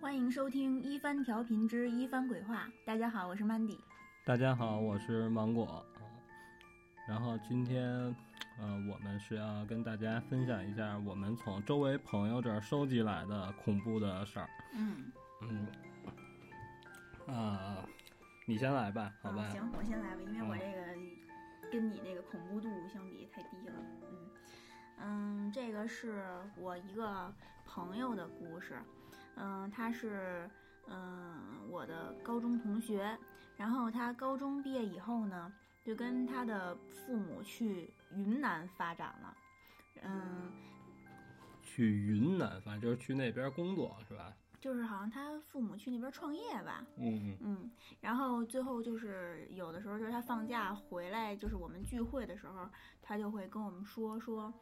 欢迎收听一番调频之一番鬼话。大家好，我是 Mandy。大家好，我是芒果。然后今天，呃，我们是要跟大家分享一下我们从周围朋友这儿收集来的恐怖的事儿。嗯，嗯，啊、你先来吧，好吧？啊嗯行，我先来吧，因为我这个跟你那个恐怖度相比太低了。嗯嗯，这个是我一个朋友的故事。嗯，他是嗯我的高中同学，然后他高中毕业以后呢，就跟他的父母去云南发展了。嗯，去云南，反正就是去那边工作，是吧？就是好像他父母去那边创业吧。嗯嗯，然后最后就是有的时候就是他放假回来，就是我们聚会的时候，他就会跟我们说说，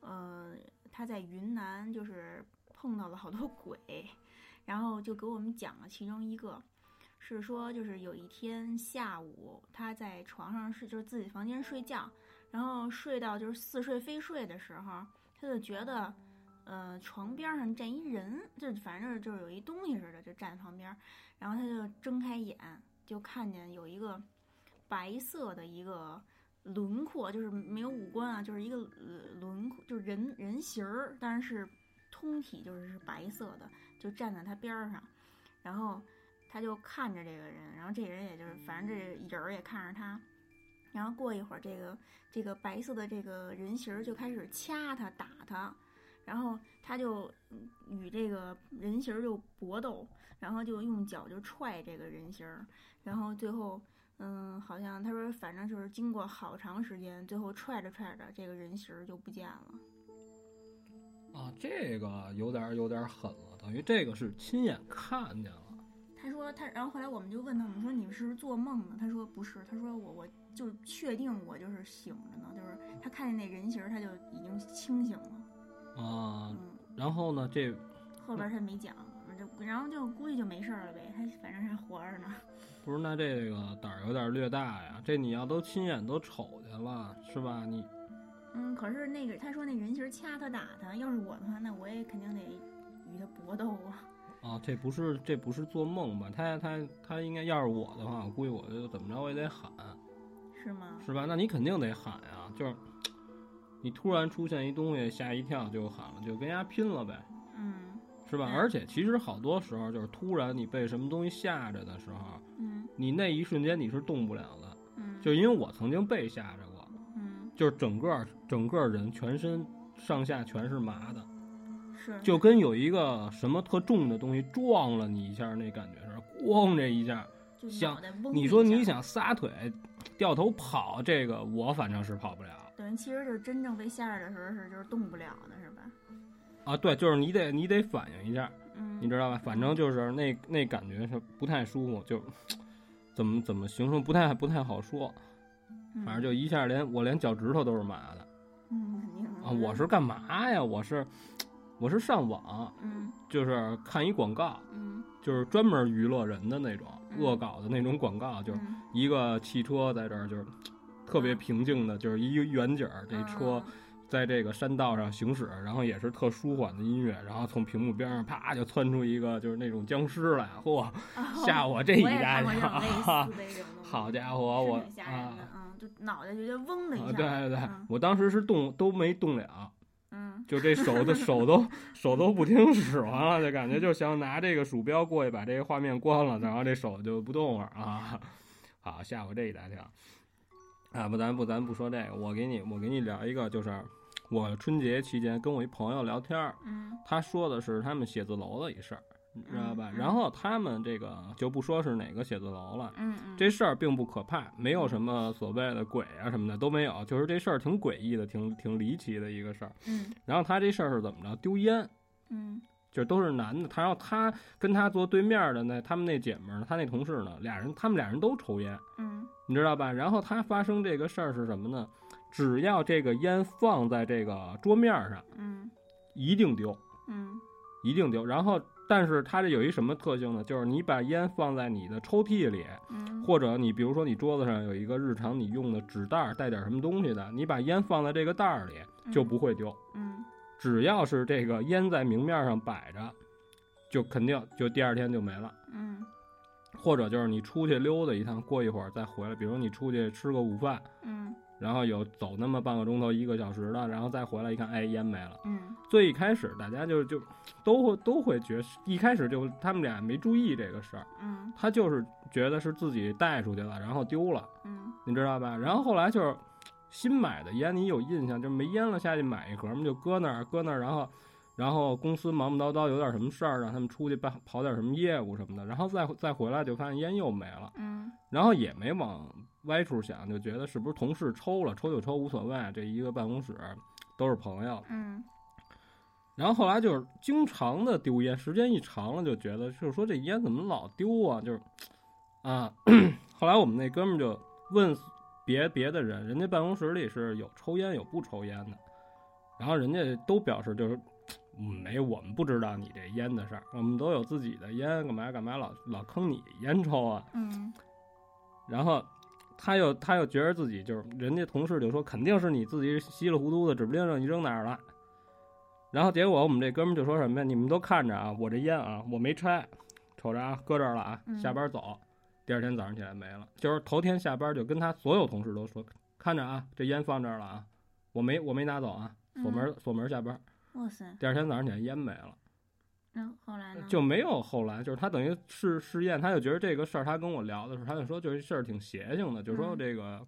呃，他在云南就是碰到了好多鬼，然后就给我们讲了其中一个，是说就是有一天下午他在床上是就是自己房间睡觉，然后睡到就是似睡非睡的时候，他就觉得。呃，床边上站一人，就是反正就是有一东西似的，就站旁边，然后他就睁开眼，就看见有一个白色的一个轮廓，就是没有五官啊，就是一个呃轮廓，就是人人形儿，但是通体就是是白色的，就站在他边儿上，然后他就看着这个人，然后这个人也就是反正这人儿也看着他。然后过一会儿，这个这个白色的这个人形儿就开始掐他、打他，然后他就嗯与这个人形儿就搏斗，然后就用脚就踹这个人形儿，然后最后，嗯，好像他说反正就是经过好长时间，最后踹着踹着，这个人形儿就不见了。啊，这个有点有点狠了，等于这个是亲眼看见了。他说他，然后后来我们就问他，我们说你是不是做梦呢？他说不是，他说我我就确定我就是醒着呢，就是他看见那人形儿，他就已经清醒了。啊，嗯，然后呢，这后边儿他没讲，就然后就估计就没事儿了呗，他反正还活着呢。不是，那这个胆儿有点略大呀。这你要都亲眼都瞅见了，是吧？你嗯，可是那个他说那人形儿掐他打他，要是我的话，那我也肯定得与他搏斗啊。啊，这不是这不是做梦吧？他他他应该要是我的话，我估计我就怎么着我也得喊，是吗？是吧？那你肯定得喊呀，就是你突然出现一东西，吓一跳就喊了，就跟人家拼了呗，嗯是吧？嗯而且其实好多时候就是突然你被什么东西吓着的时候，嗯你那一瞬间你是动不了的，嗯，就因为我曾经被吓着过，嗯就是整个整个人全身上下全是麻的。是就跟有一个什么特重的东西撞了你一下，那感觉是咣这一下。就想脑袋嗡一下。你说你想撒腿掉头跑，这个我反正是跑不了等于其实就是真正被吓着的时候是就是动不了的是吧？啊。对，就是你得你得反应一下，嗯，你知道吧？反正就是那那感觉是不太舒服，就怎么怎么形容不太不太好说。嗯反正就一下连我连脚趾头都是麻的嗯嗯肯定的啊！我是干嘛呀？我是我是上网，嗯就是看一广告，嗯就是专门娱乐人的那种嗯恶搞的那种广告，就是嗯一个汽车在这儿就是特别平静的，就是一远景儿，嗯这啊车在这个山道上行驶，然后也是特舒缓的音乐，然后从屏幕边上啪就窜出一个就是那种僵尸来，嚯，啊吓我这一我也大看过这种类跳，似的这种东西， 好家伙，是我挺吓人的，啊，嗯，就脑袋就就嗡的啊一对下，对对嗯，我当时是动都没动了。嗯就这手的手都手都不听使唤了，就感觉就想拿这个鼠标过去把这个画面关了，然后这手就不动了啊！好，吓我这一大跳啊！不，咱不咱不说这个，我给你我给你聊一个，就是我春节期间跟我一朋友聊天儿，嗯他说的是他们写字楼的一事儿，你知道吧？嗯嗯然后他们这个就不说是哪个写字楼了。嗯嗯，这事儿并不可怕，没有什么所谓的鬼啊什么的都没有，就是这事儿挺诡异的，挺挺离奇的一个事儿。嗯然后他这事儿是怎么着？丢烟，嗯就是都是男的。他然后他跟他坐对面的那他们那姐们儿呢，他那同事呢，俩人他们俩人都抽烟，嗯你知道吧？然后他发生这个事儿是什么呢？只要这个烟放在这个桌面上，嗯一定丢，嗯一定丢。然后，但是他这有一什么特性呢？就是你把烟放在你的抽屉里，嗯，或者你比如说你桌子上有一个日常你用的纸袋儿，带点什么东西的，你把烟放在这个袋儿里就不会丢。嗯只要是这个烟在明面上摆着，就肯定就第二天就没了。嗯或者就是你出去溜达一趟，过一会儿再回来，比如你出去吃个午饭，嗯然后有走那么半个钟头、一个小时的，然后再回来一看，哎，烟没了。嗯最一开始大家就就都会都会觉，一开始就他们俩没注意这个事儿，嗯他就是觉得是自己带出去了，然后丢了，嗯你知道吧？然后后来就是新买的烟，你有印象，就没烟了，下去买一盒嘛，就搁那儿搁那儿，然后。然后公司忙忙叨叨，有点什么事儿，让他们出去办跑点什么业务什么的，然后再再回来就发现烟又没了。嗯然后也没往歪处想，就觉得是不是同事抽了，抽就抽无所谓，这一个办公室都是朋友。嗯然后后来就是经常的丢烟，时间一长了就觉得，就是说这烟怎么老丢啊？就是啊， 后来我们那哥们儿就问别别的人，人家办公室里是有抽烟有不抽烟的，然后人家都表示就是。嗯没，我们不知道你这烟的事儿，我们都有自己的烟，干嘛干嘛老老坑你烟抽啊？嗯然后他又他又觉得自己就是人家同事就说肯定是你自己稀里糊涂的，指不定让你扔哪儿了。然后结果我们这哥们儿就说什么呀？你们都看着啊，我这烟啊，我没拆，瞅着啊，搁这儿了啊，嗯下班走。第二天早上起来没了，就是头天下班就跟他所有同事都说，看着啊，这烟放这儿了啊，我没我没拿走啊，嗯锁门锁门下班。哇塞，第二天早上起来烟没了。那后来呢？就没有后来，就是他等于试试验，他就觉得这个事儿，他跟我聊的时候，他就说就是这事儿挺邪性的，就是说嗯这个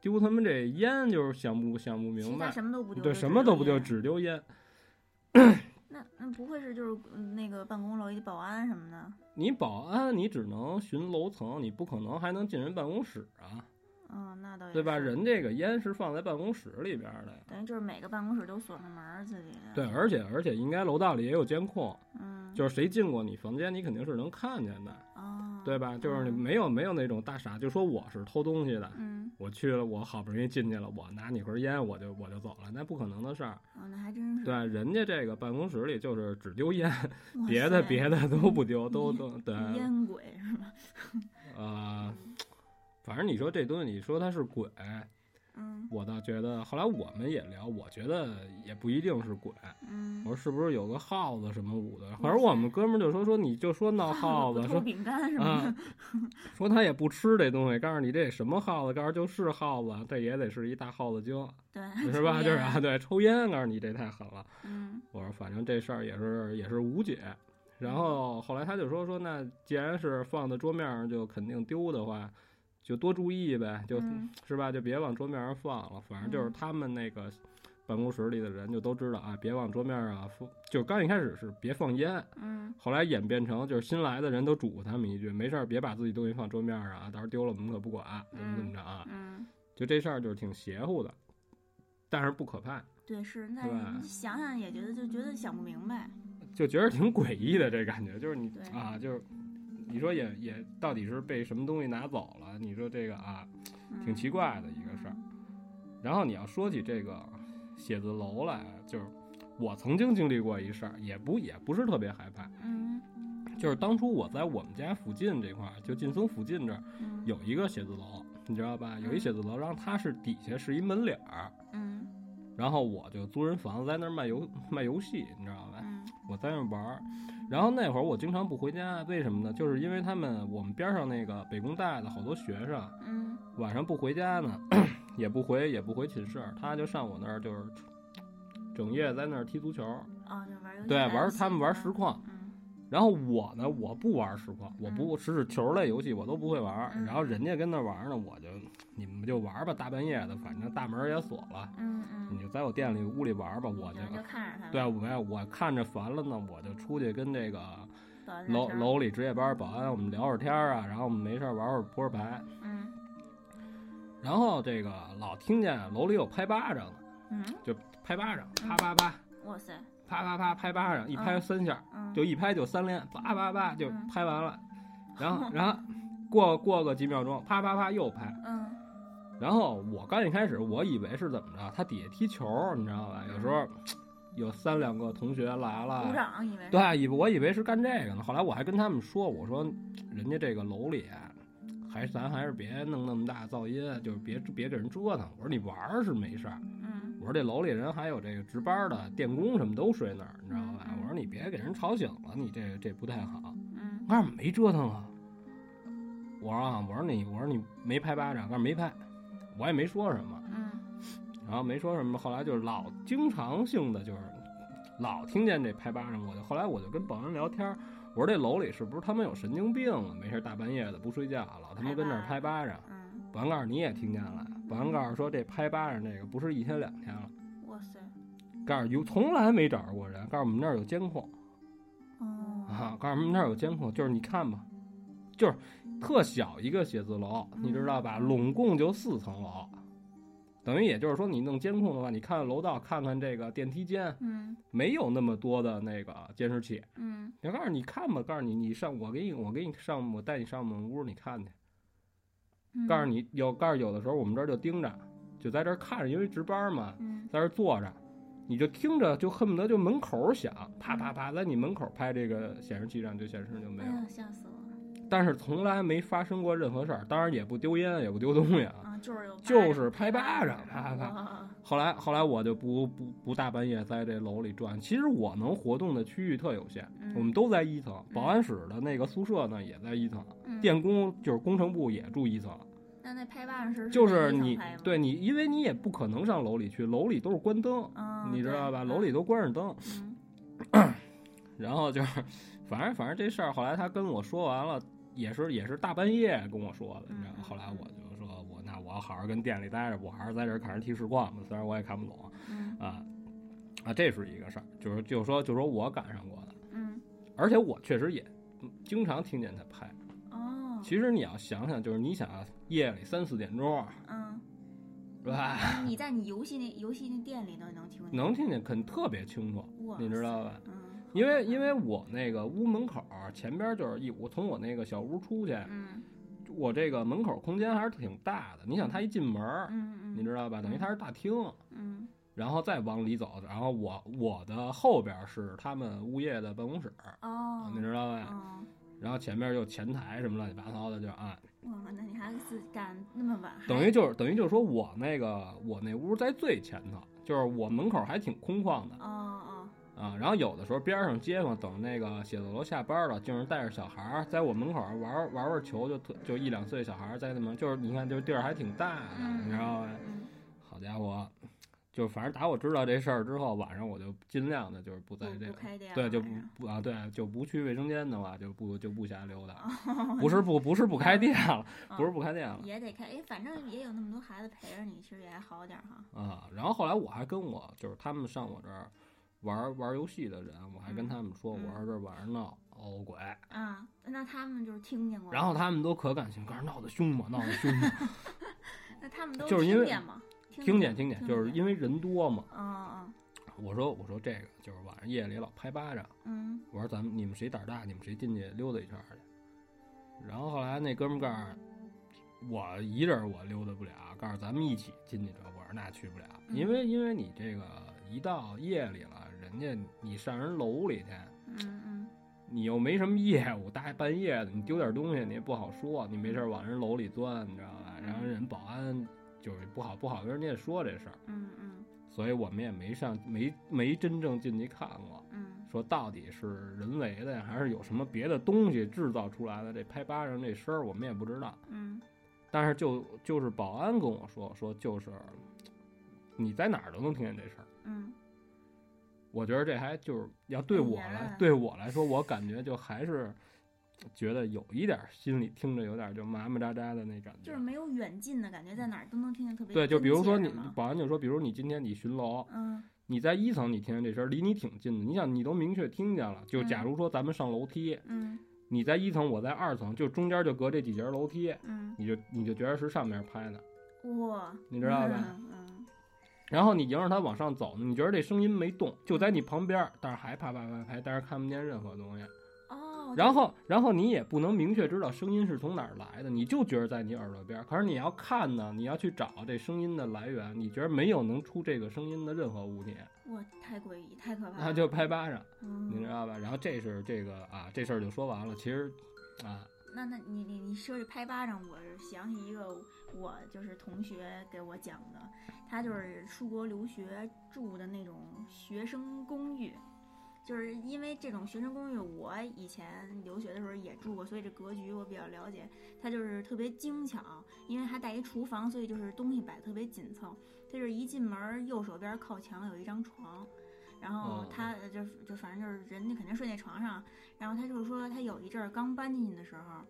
丢他们这烟，就是想不想不其明他白，什么都不丢，对，就什只么留都不丢，烟只丢烟。那那不会是就是嗯那个办公楼一保安什么的？你保安你只能巡楼层，你不可能还能进人办公室啊，嗯，那倒也对吧？是人这个烟是放在办公室里边儿的呀，等于就是每个办公室都锁上门儿自己的。对，，而且而且应该楼道里也有监控，嗯，就是谁进过你房间，你肯定是能看见的，哦，对吧？就是嗯没有没有那种大傻，就说我是偷东西的，嗯，我去了，我好不容易进去了，我拿你盒烟，我就我就走了，那不可能的事儿。哦，那还真是。对，人家这个办公室里就是只丢烟，哇别的塞嗯别的都不丢，都烟都对，嗯烟鬼是吧？呃，反正你说这东西，你说它是鬼，嗯我倒觉得，后来我们也聊，我觉得也不一定是鬼。我嗯，说是不是有个耗子什么舞的？塞反正我们哥们儿就说说你就说闹耗不子，偷说饼干什么啊的。，说他也不吃这东西，告诉你这什么耗子，告诉就是耗子，这也得是一大耗子精。对， 是吧？ 抽就是烟啊，对，抽烟，告诉你这太狠了。嗯我说反正这事儿也是也是无解。然后后来他就说说那既然是放在桌面上就肯定丢的话，就多注意呗，就、嗯是吧？就别往桌面上放了。反正就是嗯他们那个办公室里的人就都知道啊，别往桌面上放。就刚一开始是别放烟，嗯后来演变成就是新来的人都嘱咐他们一句，没事儿别把自己东西放桌面上啊，到时候丢了我们可不管，怎么怎么着啊。嗯，就这事儿就是挺邪乎的，但是不可怕。对是，那对吧你想想也觉得就觉得想不明白。就觉得挺诡异的这感觉，就是你对啊，就是你说也也到底是被什么东西拿走了？你说这个啊，挺嗯奇怪的一个事儿。然后你要说起这个写字楼来，就是我曾经经历过一事儿，也不也不是特别害怕，嗯就是当初我在我们家附近这块儿，就劲松附近这儿嗯有一个写字楼，你知道吧？有一写字楼，然后它是底下是一门脸儿，嗯然后我就租人房子在那儿卖游卖游戏，你知道吧？嗯我在那玩儿，然后那会儿我经常不回家，为什么呢？就是因为他们我们边上那个北工大的好多学生嗯晚上不回家呢， 也不回也不回寝室，他就上我那儿就是整夜在那儿踢足球，哦，就玩游戏对，打游玩戏他们玩是实吧况。嗯然后我呢，我不玩实况，我不只是球类游戏我都不会玩儿。嗯然后人家跟那玩儿呢，我就你们就玩儿吧，大半夜的，反正大门儿也锁了，嗯你嗯，就在我店里屋里玩儿吧，我就然后就看着他们对，我要我看着烦了呢，我就出去跟这个。保安聊楼天儿楼里值夜班保安，我们聊会儿天儿啊，然后我们没事儿玩会儿扑克牌，嗯然后这个老听见楼里有拍巴掌的，嗯，拍巴掌，啪啪啪，哇塞，啪啪啪拍巴掌，一拍嗯三下，嗯就一拍就三连，啪啪啪就嗯拍 完了，然后然后过过个几秒钟，啪啪啪又拍，嗯然后我刚一开始我以为是怎么着，他底下踢球，你知道吧？有时候嗯有三两个同学来了，鼓掌以为是啊对，以为我以为是干这个呢。后来我还跟他们说，我说人家这个楼里啊，还咱还是别弄那么大噪音，就是别别给人折腾。我说你玩儿是没事儿，嗯我说这楼里人还有这个值班的、电工什么都睡那儿，你知道吧嗯？嗯我说说你别给人吵醒了，你这这不太好。嗯告诉没折腾啊。我说啊，我说你，我说你没拍巴掌，告诉没拍，我也没说什么，嗯然后没说什么。后来就是老经常性的就是老听见这拍巴掌，我就后来我就跟保安聊天儿，我说这楼里是不是他们有神经病啊？没事儿大半夜的不睡觉，老他妈跟那儿拍巴掌。嗯，保安告诉你也听见了，保安告诉说这拍巴掌这个不是一天两天了，哇塞，告诉有从来没找着过人，告诉我们那儿有监控。哦，啊，告诉我们那儿有监控，就是你看吧，就是特小一个写字楼，嗯你知道吧？拢共就四层楼，等于也就是说，你弄监控的话，你看楼道，看看这个电梯间，嗯没有那么多的那个监视器。嗯你告诉你看吧，告诉你你上，我给你我给你上，我带你上我们屋，你看去。嗯，告诉你有，告诉有的时候我们这儿就盯着，就在这儿看着，因为值班嘛，嗯，在这儿坐着，你就听着，就恨不得就门口响，啪啪啪，在你门口拍这个显示器上就显示就没哎有。呀，吓死我了，但是从来没发生过任何事儿，当然也不丢烟，也不丢东西啊，啊，就是有，就是拍巴掌，啊啊啪啪啪。啪，后来后来我就不不不大半夜在这楼里转，其实我能活动的区域特有限，嗯我们都在一层，保安室的那个宿舍呢也在一层，嗯，电工就是工程部也住一层，那那拍巴掌是就在是地上你拍吗，对你，因为你也不可能上楼里去，楼里都是关灯，嗯，你知对道吧？楼，里都关着灯，嗯然后就是，反正反正这事儿后来他跟我说完了，也是也是大半夜跟我说的，你知道吗？后来我就说我那我要好好跟店里待着，我还是在这儿看人踢实况吧，虽然我也看不懂嗯啊啊，这是一个事儿，就是就说就说我赶上过的，嗯，而且我确实也嗯经常听见他拍。哦，其实你要想想，就是你想啊夜里三四点钟嗯，是吧， 你在你游戏那游戏那店里头能听见，能听见肯特别清楚，哇，你知道吧？嗯，因为因为我那个屋门口儿前边儿就是一，我从我那个小屋出去，嗯我这个门口空间还是挺大的。你想，他一进门儿，嗯嗯，你知道吧？等于他是大厅，嗯然后再往里走，然后我我的后边是他们物业的办公室，哦，啊你知道吧？哦，然后前面就前台什么乱七八糟的，就啊，哇，那你还自己干那么晚，等于就是等于就是说我那个我那屋在最前头，就是我门口还挺空旷的还，哦啊。然后有的时候边上街坊等那个写字楼下班了，竟然带着小孩儿在我门口玩玩玩球，就特就一两岁小孩儿在那门，就是你看就是地儿还挺大的，嗯你知道吧哦，？嗯好家伙，就反正打我知道这事儿之后，晚上我就尽量的就是不在不这不个，开店对，了就晚不上不啊，对，就不去卫生间的话，就不就不瞎溜达，哦不是不不是不开店 了，嗯不是不开店了也得开，哎，反正也有那么多孩子陪着你，其实也还好点儿哈。啊。然后后来我还跟我就是他们上我这儿玩玩游戏的人，我还跟他们说，嗯我说这晚上闹闹鬼，啊，那他们就是听见过，然后他们都可感兴趣，告诉闹得凶吗？闹 得凶吗？那他们都就是因听为见吗？听见见听见，就是因为人多嘛。嗯我说我说这个就是晚上夜里老拍巴掌。嗯嗯我说咱们你们谁胆儿大，你们谁进去溜达一圈儿去。然后后来那哥们儿告诉我一人儿我溜达不了，告诉咱们一起进去吧。我说那去不了，嗯因为因为你这个一到夜里了，人家你上人楼里去，嗯嗯你又没什么业务，大半夜的你丢点东西你也不好说，你没事儿往人楼里钻，你知道吧？然后人保安就是不好不好跟人家说这事儿，嗯嗯所以我们也没上没没真正进去看过。嗯说到底是人为的呀，还是有什么别的东西制造出来的？这拍巴掌这声儿我们也不知道。嗯但是就就是保安跟我说，说就是你在哪儿都能听见这事儿。嗯我觉得这还就是要对我哎呀来，对我来说，我感觉就还是觉得有一点儿心里听着有点儿就麻麻扎扎的那感就觉是。没有远近的感觉，在哪儿都能听见特别嗯对，就比如说真你切的嘛保安就说，比如你今天你巡楼，嗯你在一层你听见这声儿，离你挺近的，你想你都明确听见了。就假嗯如说咱们上楼梯，嗯你在一层，我在二层，就中间就隔这几节楼梯，嗯你就你就觉得是上面拍的，哇，你知道吧嗯然后你迎着它往上走，你觉得这声音没动，就在你旁边，但是还啪啪啪拍，但是看不见任何东西。嗯哦，然后然后你也不能明确知道声音是从哪儿来的，你就觉得在你耳朵边儿。可是你要看呢，你要去找这声音的来源，你觉得没有能出这个声音的任何物体，哇，太诡异，太可怕了，那就拍巴掌，你知嗯，道吧？然后这是这个啊，这事儿就说完了。其实啊，那那你你你说这拍巴掌，我是想起一个我就是同学给我讲的，他就是出国留学住的那种学生公寓，就是因为这种学生公寓，我以前留学的时候也住过，所以这格局我比较了解。它就是特别精巧，因为它带一厨房，所以就是东西摆得特别紧凑。它就是一进门儿右手边儿靠墙有一张床，然后哦他就就反正就是人家肯定睡那床上，然后他就是说他有一阵儿刚搬进去的时候，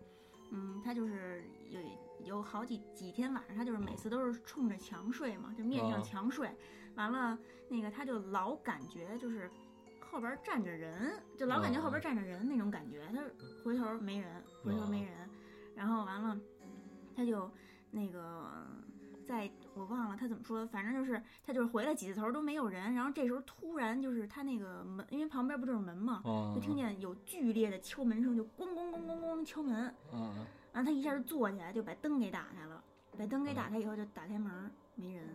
嗯，他就是有有好几几天晚上，他就是每次都是冲着墙睡嘛，就面向哦墙睡，完了那个他就老感觉就是。后边儿站着人，就老感觉后边儿哦站着人那种感觉。他回头没人，回头没人，然后完了，他就那个在我忘了他怎么说，反正就是他就是回来几次头都没有人，然后这时候突然就是他那个门，因为旁边不就是门嘛，哦就听见有剧烈的敲门声，就咣咣咣咣咣敲门，嗯嗯然后他一下就坐起来，就把灯给打开了，把灯给打开以后就打开门。没人，嗯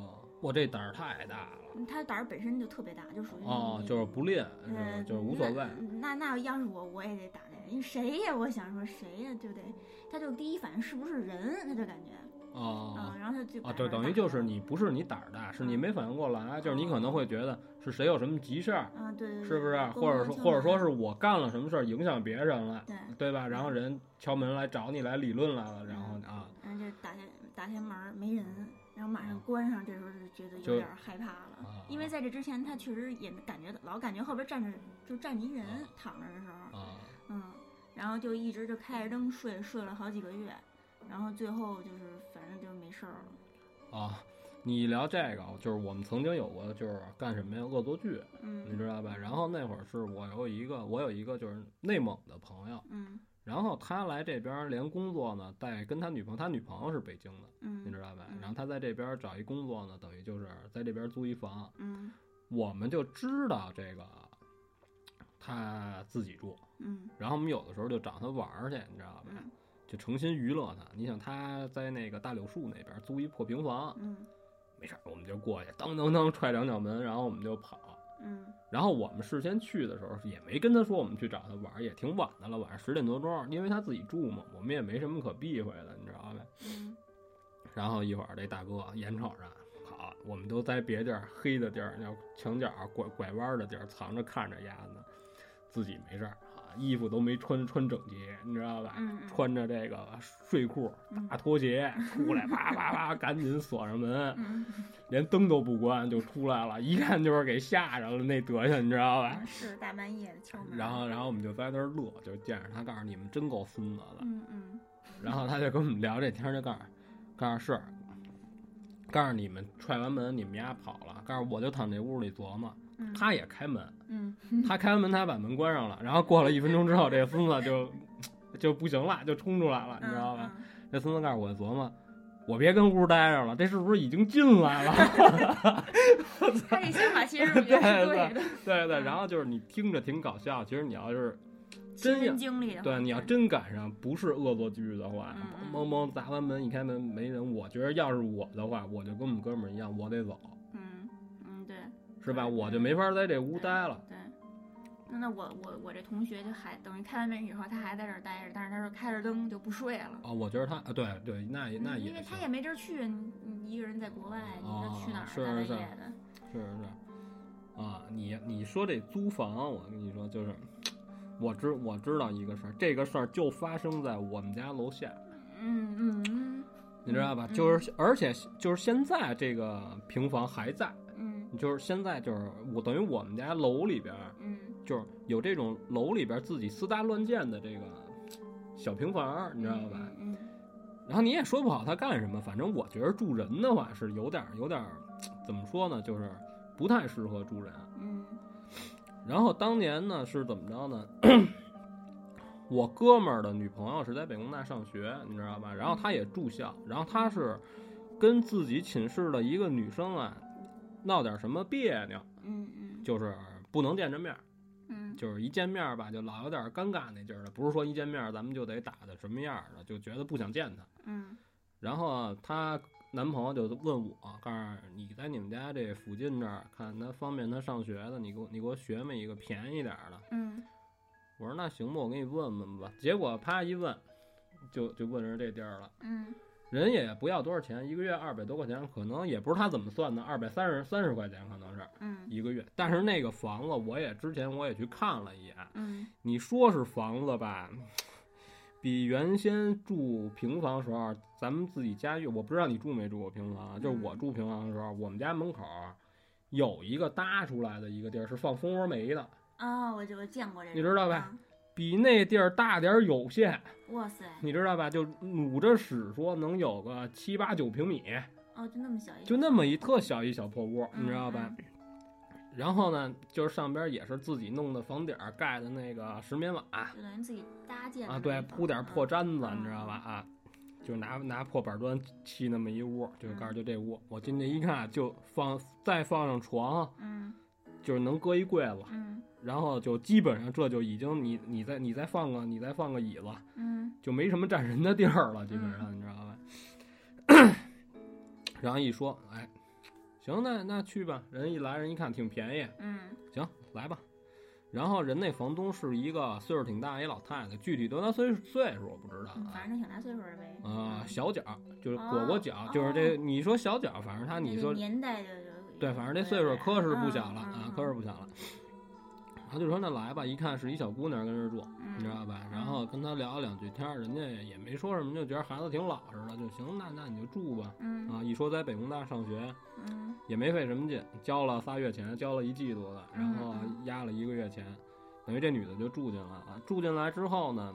哦，我这胆儿太大了。他胆儿本身就特别大，就属于哦，你就是不练，是吧呃，？就是无所谓。啊那那那要是我，我也得打开，因为谁呀？我想说谁呀，对不对？他就第一反应是不是人，他就感觉，哦嗯，然后他就啊，把对，门打等于就开是了，你不是你胆儿大，是你没反应过来，就是你可能会觉得是谁有什么急事儿，啊，对对对，是不是？咣或者咣说敲或者说门是我干了什么事儿影响别人了，对，对吧？然后人敲门来找你来理论来了，然嗯后啊，然后就打开打开门儿没人，然后马上关上，这时候就觉得嗯就啊有点儿害怕了，因为在这之前他确实也感觉到老感觉后边站着就站着一人啊躺着的时候，啊，嗯，然后就一直就开着灯睡，睡了好几个月，然后最后就是反正就没事儿了。啊，你聊这个，就是我们曾经有过，就是干什么呀？恶作剧，你嗯知道吧？然后那会儿是我有一个，我有一个就是内蒙的朋友，嗯然后他来这边儿连工作呢，带跟他女朋友，他女朋友是北京的，你知嗯道吧？嗯然后他在这边儿找一工作呢，等于就是在这边儿租一房，嗯我们就知道这个他自己住，嗯然后我们有的时候就找他玩儿去，你知道吧？嗯就诚心娱乐他。你想他在那个大柳树那边租一破平房，嗯没事儿，我们就过去，当当当踹两脚门，然后我们就跑。嗯然后我们事先去的时候也没跟他说我们去找他玩儿，也挺晚的了，晚上十点多钟，因为他自己住嘛，我们也没什么可避讳的，你知道呗。嗯然后一会儿这大哥眼瞅着，好，我们都在别地儿黑的地儿，那墙角儿拐拐弯儿的地儿藏着看着丫呢，自己没事儿啊，衣服都没穿穿整洁，你知道吧？嗯嗯穿着这个睡裤、嗯大 拖鞋出来，啪啪啪，赶紧锁上门，嗯连灯都不关就出来了，一看就是给吓着了那德行，你知道吧嗯，？是大半夜的敲门，然后，然后我们就在那儿乐，就见着他，告诉你们真够孙子的。嗯嗯然后他就跟我们聊这天，儿，就告诉，告诉是，告诉你们踹完门，你们丫跑了，告诉我就躺这屋里琢磨，嗯他也开门，嗯他开完门，他把门关上了，然后过了一分钟之后，这孙子就就不行了，就冲出来了，你知道吧？嗯这孙子告诉我琢磨，我别跟屋待着了，这是不是已经进来了？ 嗯他这想法其实我觉得是对对 对的，对对，然后就是你听着挺搞笑，其实你要是真亲要身经历的话，对，啊你要真赶上不是恶作剧的话嗯，嗯蒙蒙砸完门一开门没人，我觉得要是我的话，我就跟我们哥们儿一样，我得走，嗯嗯对。是吧？对我就没法在这屋待了。对，那那我我我这同学就还等于开完门以后，他还在这儿待着，但是他说开着灯就不睡了。哦，我觉得他，啊对对，那也那嗯也因为他行也没地儿去，你你一个人在国外，你哦这去哪儿是大半是夜的？是是是，啊，你你说这租房，我跟你说，就是我知我知道一个事儿，这个事儿就发生在我们家楼下，嗯嗯你知道吧？嗯就是而且就是现在这个平房还在，嗯就是现在就是我等于我们家楼里边儿嗯就是有这种楼里边儿自己私搭乱建的这个小平房儿，你知道吧？嗯然后你也说不好他干什么，反正我觉得住人的话是有点儿有点儿怎么说呢，就是不太适合住人。嗯然后当年呢是怎么着呢？ 我哥们儿的女朋友是在北工大上学，你知道吧？然后她也住校，然后她是跟自己寝室的一个女生啊闹点什么别扭，嗯嗯就是不能见着面儿，嗯就是一见面儿吧就老有点尴尬那劲儿了。不是说一见面儿咱们就得打的什么样儿的，就觉得不想见她。嗯然后啊她男朋友就问我，告诉你在你们家这附近这儿看他方便他上学的，你给我你给我学么一个便宜点儿的。嗯我说那行吧，我给你问问吧。结果啪一问，就就问着这地儿了。嗯人也不要多少钱，一个月二百多块钱，可能也不是他怎么算的，二百三十三十块钱可能是嗯一个月。但是那个房子，我也之前我也去看了一眼，嗯你说是房子吧，比原先住平房时候，咱们自己家院，我不知道你住没住过平房啊，就是嗯我住平房的时候，我们家门口有一个搭出来的一个地儿是放蜂窝煤的，啊，我就我见过这个，你知道吧啊？比那地儿大点儿有限，哇塞，你知道吧？就努着使说能有个七八九平米，哦，就那么小一个，就那么一特小一小破屋，嗯你知道吧？然后呢，就是上边也是自己弄的房顶儿盖的那个石棉瓦，就等于自己搭建啊，的对，那种铺点破嗯毡子，你知道吧？啊，就拿拿破板砖砌那么一屋，就告诉就这屋。我进去一看，就放再放上床，嗯就是能搁一柜子，嗯然后就基本上这就已经你你再你再放个你再放个椅子，嗯就没什么占人的地儿了，基本上你知道吧？ 然后一说，哎，行，那那去吧。人一来，人一看挺便宜，嗯行，来吧。然后人那房东是一个岁数挺大一老太太，具体多大岁岁数我不知道嗯，啊，反正挺大岁数的呗。啊、嗯小脚儿就是哦裹裹脚，就是这你说小脚儿，反正他那你个说年代就就对，反正这岁数可是不小了啊嗯，可是不小了。他就说那来吧，一看是一小姑娘跟这儿住，嗯你知道吧？然后跟他聊了两句天儿，人家也没说什么，就觉得孩子挺老实的，就行，那那你就住吧。嗯啊，一说在北工大上学嗯也没费什么劲，交了仨月钱，交了一季度的，然后嗯嗯压了一个月钱，等于这女的就住进来了。住进来之后呢，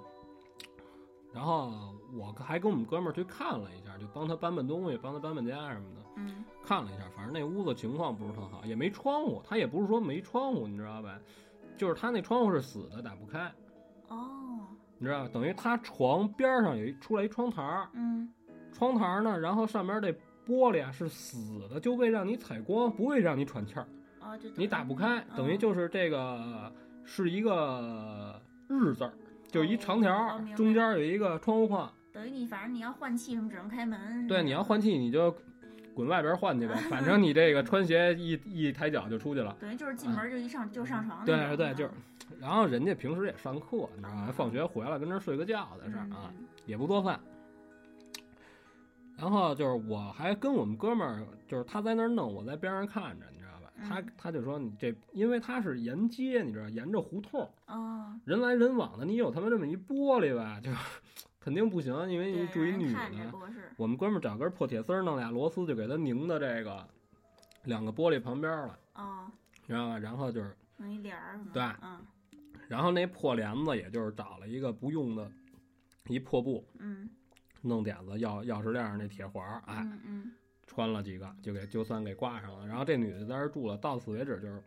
然后我还跟我们哥们儿去看了一下，就帮他搬搬东西，帮他搬搬家什么的，嗯看了一下，反正那屋子情况不是特好，也没窗户，他也不是说没窗户，你知道吧？就是他那窗户是死的，打不开，哦你知道吧？等于他床边儿上有一出来一窗台儿，嗯窗台儿呢，然后上边儿这玻璃啊是死的，就为让你采光，不会让你喘气儿。哦就等于你打不开，等于就是这个是一个日字儿，就是一长条嗯哦儿明，白中间有一个窗户框。等于你反正你要换气什么只能开门。对，你要换气，你就滚外边换 去呗，反正你这个穿鞋一一抬脚就出去了。等于就是进门就一上就上哦床那对种。对，嗯就是，然后人家平时也上课，你知道吗？放学回来跟这儿睡个觉在这儿啊，嗯也不做饭。然后就是我还跟我们哥们儿，就是他在那儿弄，我在边上看着，你知道吧？他嗯他就说你这，因为他是沿街，你知道，沿着胡同，哦，人来人往的，你有他妈这么一玻璃吧， 就是肯定不行，因为对你住一让人女看着的不。合适。我们哥们儿找根破铁丝儿，弄俩螺丝，就给它拧到这个两个玻璃旁边儿了，哦，你知道吧？然后就是，弄一帘儿什么的。对嗯然后那破帘子，也就是找了一个不用的一破布，嗯弄点子钥钥匙链儿那铁环儿，哎，嗯嗯穿了几个，就给就算给挂上了。然后这女的在这儿住了，到此为止就是，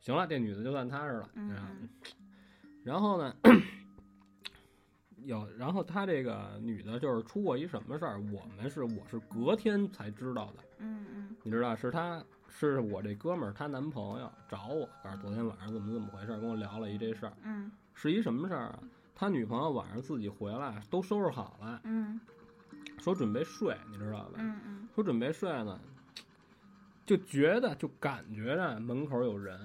行了，这女的就算踏实了，你知道吗？嗯然后呢，有，然后她这个女的，就是出过一什么事儿，我们是我是隔天才知道的，嗯嗯你知道，是她是我这哥们儿她男朋友找我，告诉昨天晚上怎么怎么回事儿，跟我聊了一这事儿，嗯是一什么事儿啊？他女朋友晚上自己回来，都收拾好了，嗯说准备睡，你知道吧？嗯嗯说准备睡呢，就觉得就感觉着门口有人，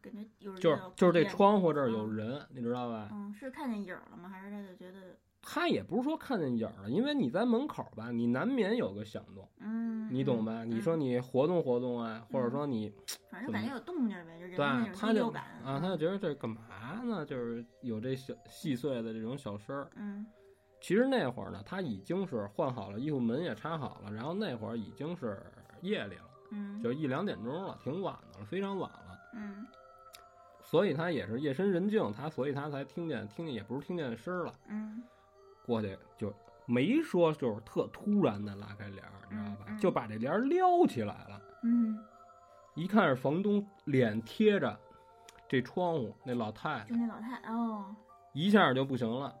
感觉有人就是要就是这变窗户这儿有人，你知道吧？嗯，是看见影儿了吗？还是他就觉得他也不是说看见影儿了，因为你在门口吧，你难免有个响动，嗯，你懂嗯？吧？你说你活动活动啊，或者说你反正感觉有动静儿呗，就人对的那啊种，他第就六啊感，嗯他就觉得这干嘛呢？就是有这小细碎的这种小声儿。嗯其实那会儿呢，他已经是换好了衣服，门也插好了，然后那会儿已经是夜里了，嗯就一两点钟了，挺晚的了，非常晚了。嗯所以他也是夜深人静，他所以他才听见听见也不是听见声儿了，嗯过去就没说就是特突然的拉开帘儿，你知道吧嗯？嗯就把这帘儿撩起来了。嗯，一看是房东脸贴着这窗户，那老太太就那老太哦，一下就不行了。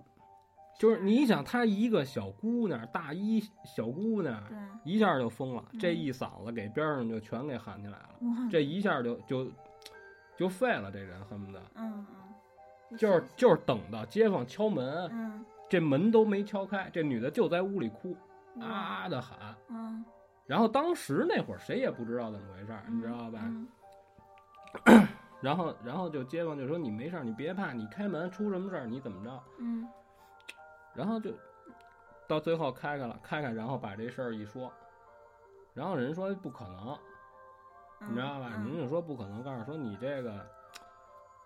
就是你想，她一个小姑娘，大一小姑娘，对，一下就疯了。嗯这一嗓子给边上就全给喊起来了，哇，这一下就就就废了。这人恨不得嗯嗯，就是就是等到街坊敲门，嗯这门都没敲开，这女的就在屋里哭啊哇啊的喊。嗯，然后当时那会儿谁也不知道怎么回事儿，你知道吧？嗯然后然后就街坊就说你没事儿，你别怕，你开门出什么事儿你怎么着？嗯然后就到最后开开了，开开，然后把这事儿一说，然后人说不可能，你知道吧？嗯人家说不可能，告诉说你这个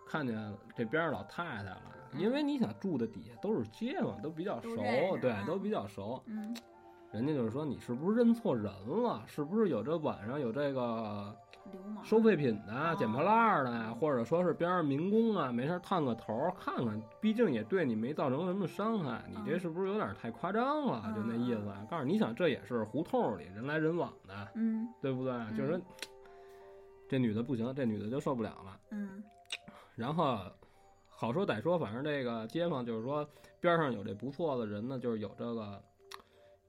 看见这边上老太太了，因为你想住的底下都是街坊，都比较嗯都熟认识，对啊，都比较熟。嗯人家就是说你是不是认错人了？是不是有这晚上有这个嗯，流氓收废品的啊、哦捡破烂儿的啊，或者说是边上民工啊，没事儿探个头儿看看，毕竟也对你没造成什么伤害，你这嗯是不是有点太夸张了？就那意思啊。告诉你想，这也是胡同里人来人往的，嗯对不对？就是说这女的不行，这女的就受不了了。嗯然后好说歹说，反正这个街坊就是说边上有这不错的人呢，就是有这个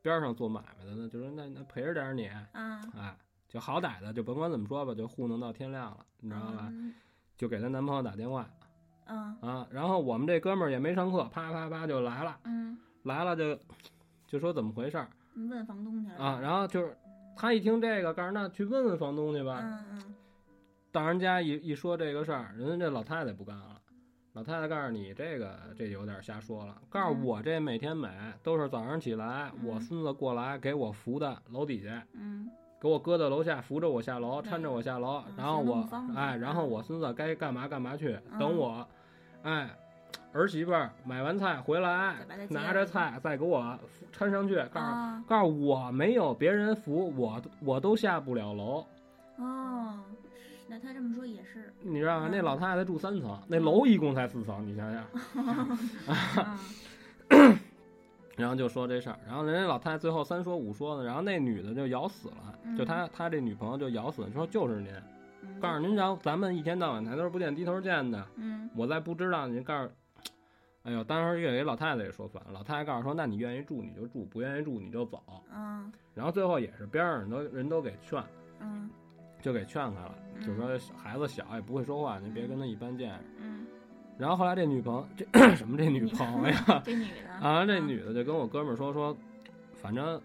边上做买卖的呢，就说那那陪着点儿你，啊，哎，就好歹的，就甭管怎么说吧，就糊弄到天亮了，你知道吧？嗯就给她男朋友打电话嗯啊，然后我们这哥们儿也没上课，啪啪啪就来了，嗯，来了就就说怎么回事儿你问房东去了啊，？然后就是他一听这个，告诉那去问问房东去吧。嗯嗯到人家一一说这个事儿，人家这老太太不干了。老太太告诉你这个这有点瞎说了，告诉嗯我这每天每都是早上起来，我嗯孙子过来给我扶的楼底下，嗯给我搁到楼下，扶着我下楼，对搀着我下楼嗯，然后行动我不方便哎，然后我孙子该干嘛干嘛去，等嗯我，哎，儿媳妇儿买完菜回来再把它，接拿着回去菜再给我扶搀上去，告诉啊告诉我没有别人扶我，我都下不了楼。哦，那他这么说也 是，你知道吗？那嗯老太太住三层，那楼一共才四层，你想想。嗯然后就说这事儿，然后人家老太太最后三说五说的，然后那女的就咬死了，嗯就她她这女朋友就咬死了，说就是您，嗯告诉您，然后咱们一天到晚抬头不见低头见的，嗯我再不知道您告诉，哎呦，当时也给老太太也说烦了，老太太告诉说，那你愿意住你就住，不愿意住你就走，嗯然后最后也是边上人都人都给劝，嗯就给劝开了，嗯就说孩子小也不会说话，您别跟他一般见识。 嗯，然后后来这女朋友这 什么这女朋友呀？这女的啊，这女的就跟我哥们儿说说，反正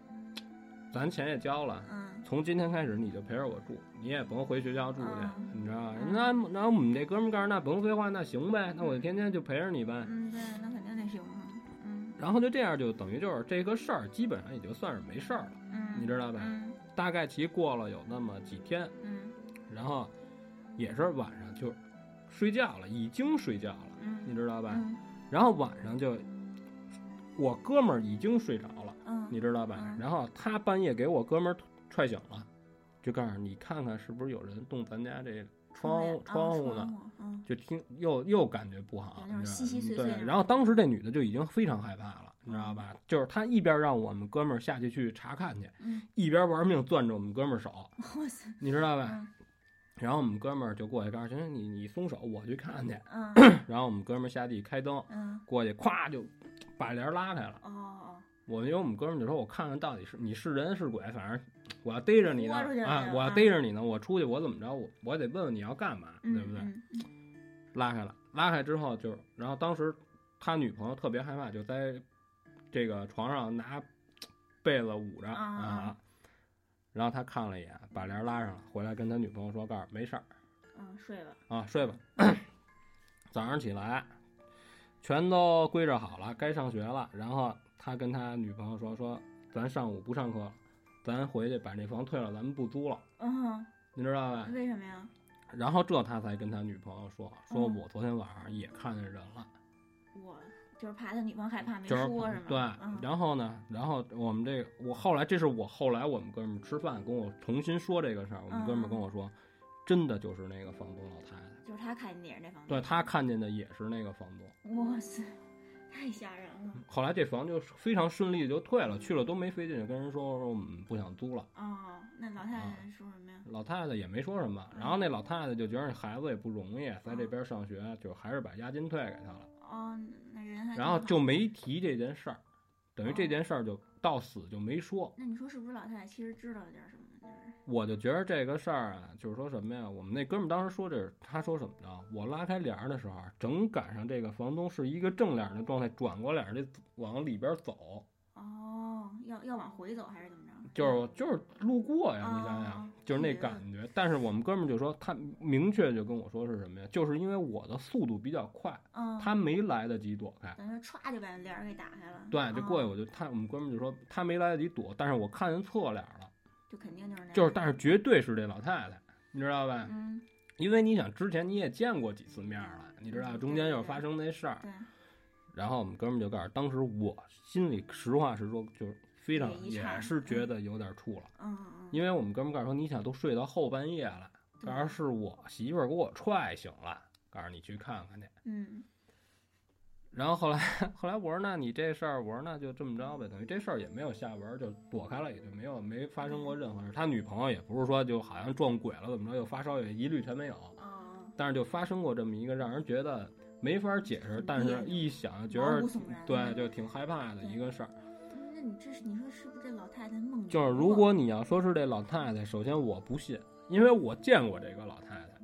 咱钱也交了，嗯从今天开始你就陪着我住，你也甭回学校住去，嗯你知道吧？嗯那那我们这哥们儿告诉那甭废话，那行呗，那我就天天就陪着你呗。嗯，对，那肯定得行啊，嗯然后就这样，就等于就是这个事儿，基本上也就算是没事儿了，嗯，你知道吧？嗯大概其过了有那么几天，嗯然后也是晚上就睡觉了，已经睡觉了，嗯，你知道吧？嗯然后晚上就我哥们儿已经睡着了。嗯你知道吧？嗯然后他半夜给我哥们儿踹醒了，就告诉你看看是不是有人动咱家这窗户窗户呢，，嗯就听又又感觉不好，有那种你知道稀稀吧碎碎对，的然后当时这女的就已经非常害怕了，你知道嗯吧？就是她一边让我们哥们儿下去去查看去， 嗯，一边玩命攥着我们哥们儿手，哇塞，你知道吧？嗯然后我们哥们儿就过去告诉行，行你你松手，我去看去。嗯然后我们哥们儿下地开灯嗯，过去，咵就把帘儿拉开了。哦哦，我因为我们哥们儿就说，我看看到底是你是人是鬼，反正我要逮着你呢豁出去了啊是，吧我要逮着你呢，我出去我怎么着，我我得问问你要干嘛，嗯对不对？嗯拉开了，拉开之后就是，然后当时他女朋友特别害怕，就在这个床上拿被子捂着啊啊啊。然后他看了一眼，把帘儿拉上了，回来跟他女朋友说：“告诉没事儿嗯，睡吧，啊，睡吧。 早上起来，全都归置好了，该上学了。然后他跟他女朋友说：“说咱上午不上课了，咱回去把这房退了，咱们不租了，嗯，你知道吧为什么呀？？”然后这他才跟他女朋友说：“说嗯我昨天晚上也看见人了，我就是怕他女朋友害怕没就是说是吗？对。嗯然后呢，然后我们这个我后来，这是我后来我们哥们儿吃饭跟我重新说这个事儿，我们哥们儿嗯跟我说，真的就是那个房东老太太，就是他看见也是那房对东，他看见的也是那个房东。”哇塞，太吓人了后来这房就非常顺利地就退了，去了都没费劲，就跟人说说我们不想租了。哦，那老太啊太说什么呀？老太太也没说什么，嗯然后那老太太就觉得孩子也不容易，在这边上学，就还是把押金退给他了，哦，那人还然后挺好就没提这件事儿，等于哦这件事儿就到死就没说。那你说是不是老太太其实知道了点什么呢？就是我就觉得这个事儿啊，就是说什么呀？我们那哥们儿当时说这是，他说怎么着？我拉开帘儿的时候，正赶上这个房东是一个正脸儿的状态，转过脸儿就往里边走，哦，要要往回走还是怎么着？就是就是路过呀，啊你想想啊，就是那嗯感觉。但是我们哥们儿就说，他明确就跟我说是什么呀？就是因为我的速度比较快，嗯，他没来得及躲开。等于说歘就把帘儿给打开了，对，就过去啊，我就他我们哥们儿就说他没来得及躲，但是我看见侧脸了，就肯定就是那，就是但是绝对是这老太太，你知道吧？嗯，因为你想之前你也见过几次面了，你知道嗯中间对又对发生那事儿，对，嗯然后我们哥们儿就告诉，当时我心里实话实说，就是非常也一也颤是觉嗯得有点怵了，嗯嗯嗯，因为我们哥们儿告诉说，你想都睡到后半夜了，对告诉是我媳妇儿给我踹醒了，告诉你去看看去。嗯然后后来 后来我说，那你这事儿，我说那就这么着呗，等于这事儿也没有下文，就躲开了，也就没有没发生过任何事儿。他女朋友也不是说就好像撞鬼了怎么着，又发烧也一律全没有，哦，但是就发生过这么一个让人觉得毛法解释，但是一想觉毛得骨悚然对就挺害怕的一个事儿。嗯那你这是你说是不是这老太太梦里就是做如果你要说是这老太太，首先我不信，因为我见过这个老太太。嗯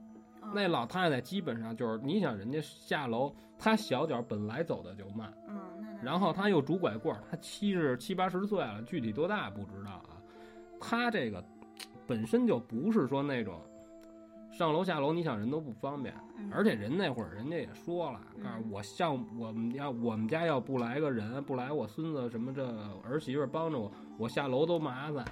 那老太太基本上就是，你想人家下楼，她小脚本来走的就慢，嗯，那那然后她又拄拐棍儿，她七十七八十岁了，具体多大不知道啊。她这个本身就不是说那种上楼下楼，你想人都不方便，嗯而且人那会儿人家也说了，嗯告诉我像我们家我们家要不来个人，不来我孙子什么这儿媳妇儿帮着我，我下楼都麻烦。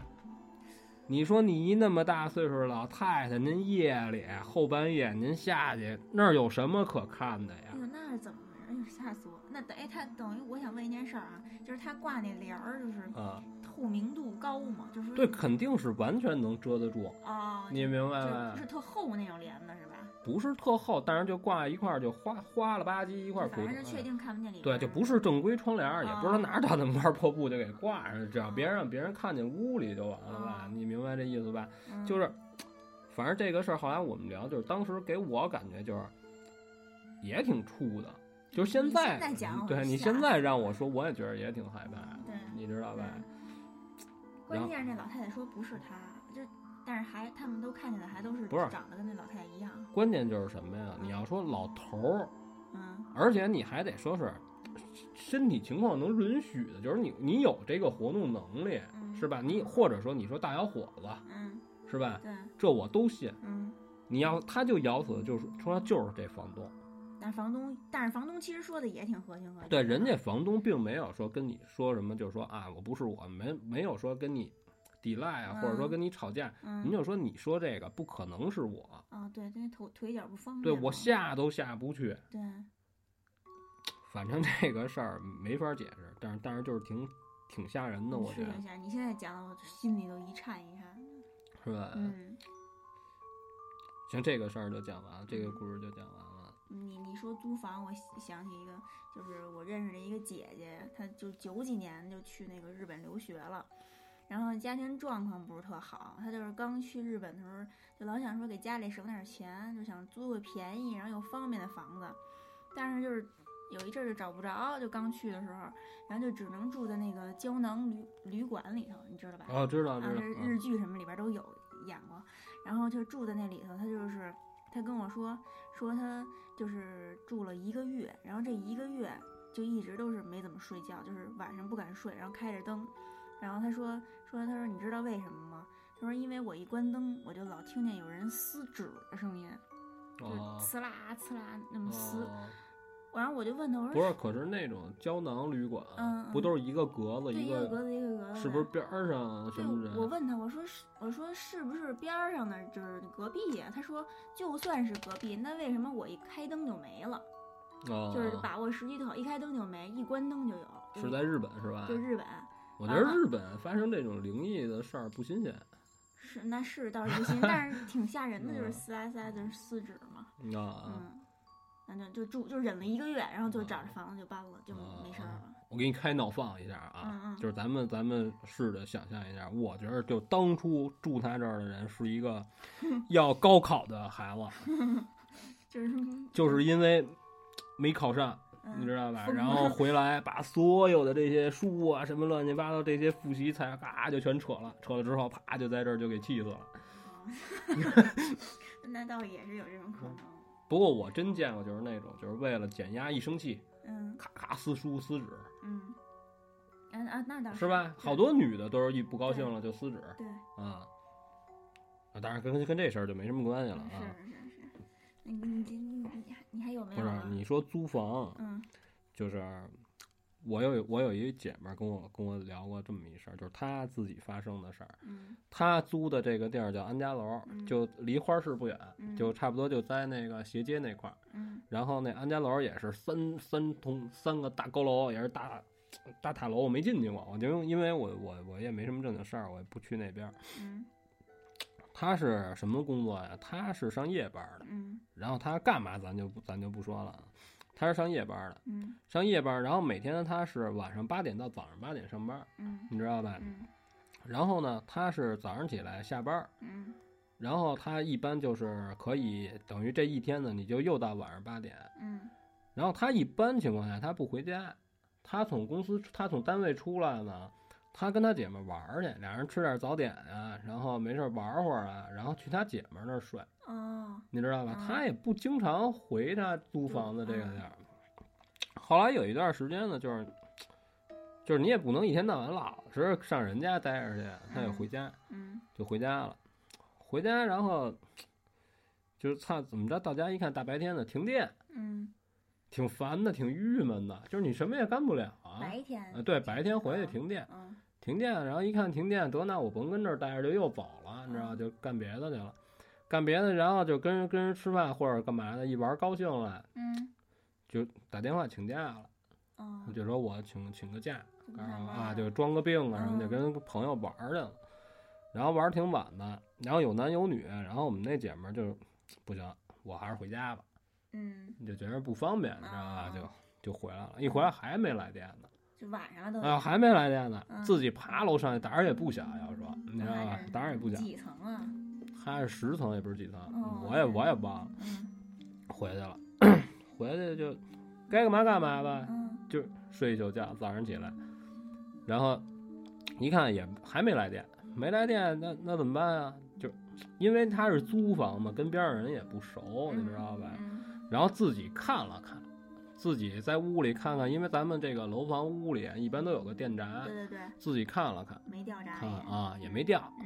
你说你一那么大岁数的老太太，您夜里后半夜您下去那儿有什么可看的哎呀？呦，那是怎么回事？哎呦，吓死我！那等哎，他等于我想问一件事儿啊，就是他挂那帘儿，就是啊，透明度高嘛，就是对，肯定是完全能遮得住，哦，你明白就吧就？是特厚那种帘子是吧？不是特厚，但是就挂一块儿就花花了吧唧一块儿就反普正通是确定看不见里边嗯对，儿就不是正规窗帘儿，也啊不知道哪儿找那么块破布就给挂上，只要别让别人看见屋里就完了吧啊？你明白这意思吧？嗯就是，反正这个事儿后来我们聊，就是当时给我感觉就是也挺怵的，就是现你在，嗯现在讲我对就你吓现在死让了我说，我也觉得也挺害怕，对嗯你知道吧？然关后键是那老太太说不是他，就但是还他们都看起来还都是不是长得跟那老太太一样，关键就是什么呀？你要说老头儿，嗯而且你还得说是身体情况能允许的，就是你你有这个活动能力。嗯是吧？你或者说你说大小伙子嗯是吧？对这我都信。嗯，你要他就咬死，就是说就是这房东。但是房东但是房东其实说的也挺合情合理，对，人家房东并没有说跟你说什么，就是说啊，我不是我，没没有说跟你抵赖啊，嗯或者说跟你吵架。嗯您就说你说这个不可能是我，啊对，那头腿脚不方对便嘛，我下都下不去。对反正这个事儿没法解释，但是但是就是挺挺吓人的，我觉是得一下，你现在讲的我心里都一颤一颤，是吧？嗯，行，这个事儿就讲完了，这个故事就讲完了。你你说租房，我想想起一个，就是我认识的一个姐姐，她就九几年就去那个日本留学了，然后家庭状况不是特好，她就是刚去日本的时候，就老想说给家里省点钱，就想租个便宜然后又方便的房子，但是就是有一阵儿就找不着，就刚去的时候，然后就只能住在那个胶囊旅旅馆里头，你知道吧？哦，知道知啊，道，这日剧什么里边都有演过，然后就住在那里头，他就是他跟我说说他就是住了一个月，然后这一个月就一直都是没怎么睡觉，就是晚上不敢睡，然后开着灯，然后他说说他说你知道为什么吗？他说因为我一关灯，我就老听见有人撕纸的声音，嗯就是哦呲啦呲啦那么撕，哦然后我就问他我说不是，可是那种胶囊旅馆，嗯嗯不都是一个格子对一个个，格子一个格子是不是边儿上啊什嗯对，么我人？问他，我说是，我说是不是边儿上的就是隔壁呀、他说就算是隔壁，那为什么我一开灯就没了？哦，就是把握时机特好，一开灯就没，一关灯就有。就是啊在啊日本是吧？就日本我觉得日本发生这种灵异的事儿不新鲜啊是那是倒是不行，但是挺吓人啊的，就嗯是撕来撕来就是撕纸嘛，啊。嗯，反正就住就忍了一个月，然后就找着嗯房子就搬了，就嗯没事儿了。我给你开脑放一下啊，嗯嗯就是咱们咱们试着想象一下，我觉得就当初住他这儿的人是一个要高考的孩子，就是就是因为没考上，你知嗯，道吧？疯了然 后回来把所有的这些书啊，什么乱七八糟这些复习材料，嘎就全扯了，扯了之后，啪就在这儿就给气死了。 那倒也是有这种可能。不过我真见过，就是那种就是为了减压一生气，嗯咔咔撕书撕纸，嗯，嗯啊，那倒是吧？对好多女的都是一不高兴了就撕纸对，啊。啊，当然跟跟这事儿就没什么关系了是啊。是是。那你你你你还你还有没不有是啊？你说租房，嗯就是我有我有一姐们儿跟我跟我聊过这么一事儿，就是她自己发生的事儿。嗯她租的这个地儿叫安家楼，嗯就离花市不远，嗯就差不多就在那个斜街那块儿。嗯然后那安家楼也是三三通三个大高楼，也是大大塔楼，我没进去过，我就因为我我我也没什么正经事儿，我也不去那边儿。嗯他是什么工作呀？他是上夜班的，嗯然后他干嘛咱就不咱就不说了，啊他是上夜班的，嗯上夜班，然后每天呢他是晚上八点到早上八点上班，嗯你知道吧？嗯然后呢，他是早上起来下班，嗯然后他一般就是可以等于这一天呢，你就又到晚上八点，嗯然后他一般情况下他不回家，他从公司他从单位出来呢，他跟他姐们儿玩儿去，俩人吃点早点啊，然后没事儿玩儿会儿啊，然后去他姐们儿那儿睡，哦你知道吧？嗯他也不经常回他租房子这个嗯地儿。后来有一段时间呢，就是就是你也不能一天到晚老是上人家待着去，他也回家嗯就回家了，回家然后就是操怎么着到家一看大白天的停电。嗯，挺烦的，挺郁闷的，就是你什么也干不了啊。白天呃，对，白天回去停电，嗯停电，然后一看停电，得那我甭跟这儿待着，就又走了，你知嗯道，就干别的去了，干别的，然后就跟人跟人吃饭或者干嘛的，一玩高兴了，嗯就打电话请假了，哦，就说我请请个假，怎么然办后呢啊，就装个病啊什么的，嗯跟朋友玩儿去了，然后玩儿挺晚的，然后有男有女，然后我们那姐们儿就不行，我还是回家吧。嗯，就觉得不方便，你知道吧？啊就就回来了，一回来还没来电呢，就晚上了都啊，还没来电呢，嗯自己爬楼上去，胆儿也不小，啊要说你知道吧？胆儿也不小，几层啊？他是十层也不是几层，哦我也我也忘了，嗯回去了，回去就该干嘛干嘛吧，嗯就睡一宿觉，早上起来，然后一看也还没来电，没来电，那那怎么办啊？就因为他是租房嘛，跟边上人也不熟，你知道吧？嗯然后自己看了看，自己在屋里看看，因为咱们这个楼房屋里啊一般都有个电闸对，对对，自己看了看，没掉渣啊看也了啊也没掉，嗯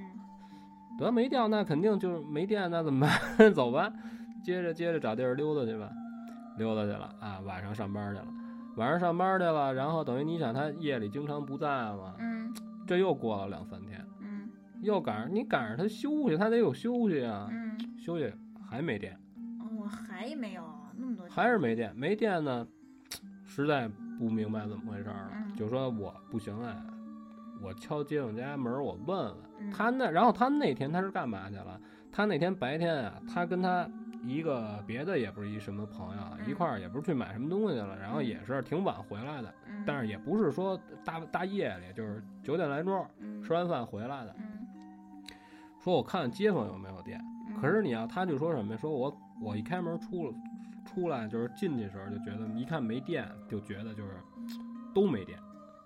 得没掉那肯定就是没电，那怎么办？ 走吧，接着接着找地儿溜达去吧，溜达去了啊，晚上上班去了。晚上上班去了，然后等于你想他夜里经常不在嘛，嗯这又过了两三天，嗯又赶上你赶上他休息，他得有休息啊，嗯，哦休息还没电，我还没有啊那么多，还是没电，没电呢，实在不明白怎么回事儿了嗯，就说我不行哎，我敲街坊家门儿，我问问嗯他那，然后他那天他是干嘛去了？他那天白天啊，他跟他一个别的也不是一什么朋友啊，嗯一块儿也不是去买什么东西去了，然后也是挺晚回来的，嗯但是也不是说大大夜里，就是九点来钟嗯吃完饭回来的，嗯说我看街坊有没有电。嗯可是你要他就说什么呀？说我我一开门出了出来就是进去时候就觉得一看没电，就觉得就是都没电，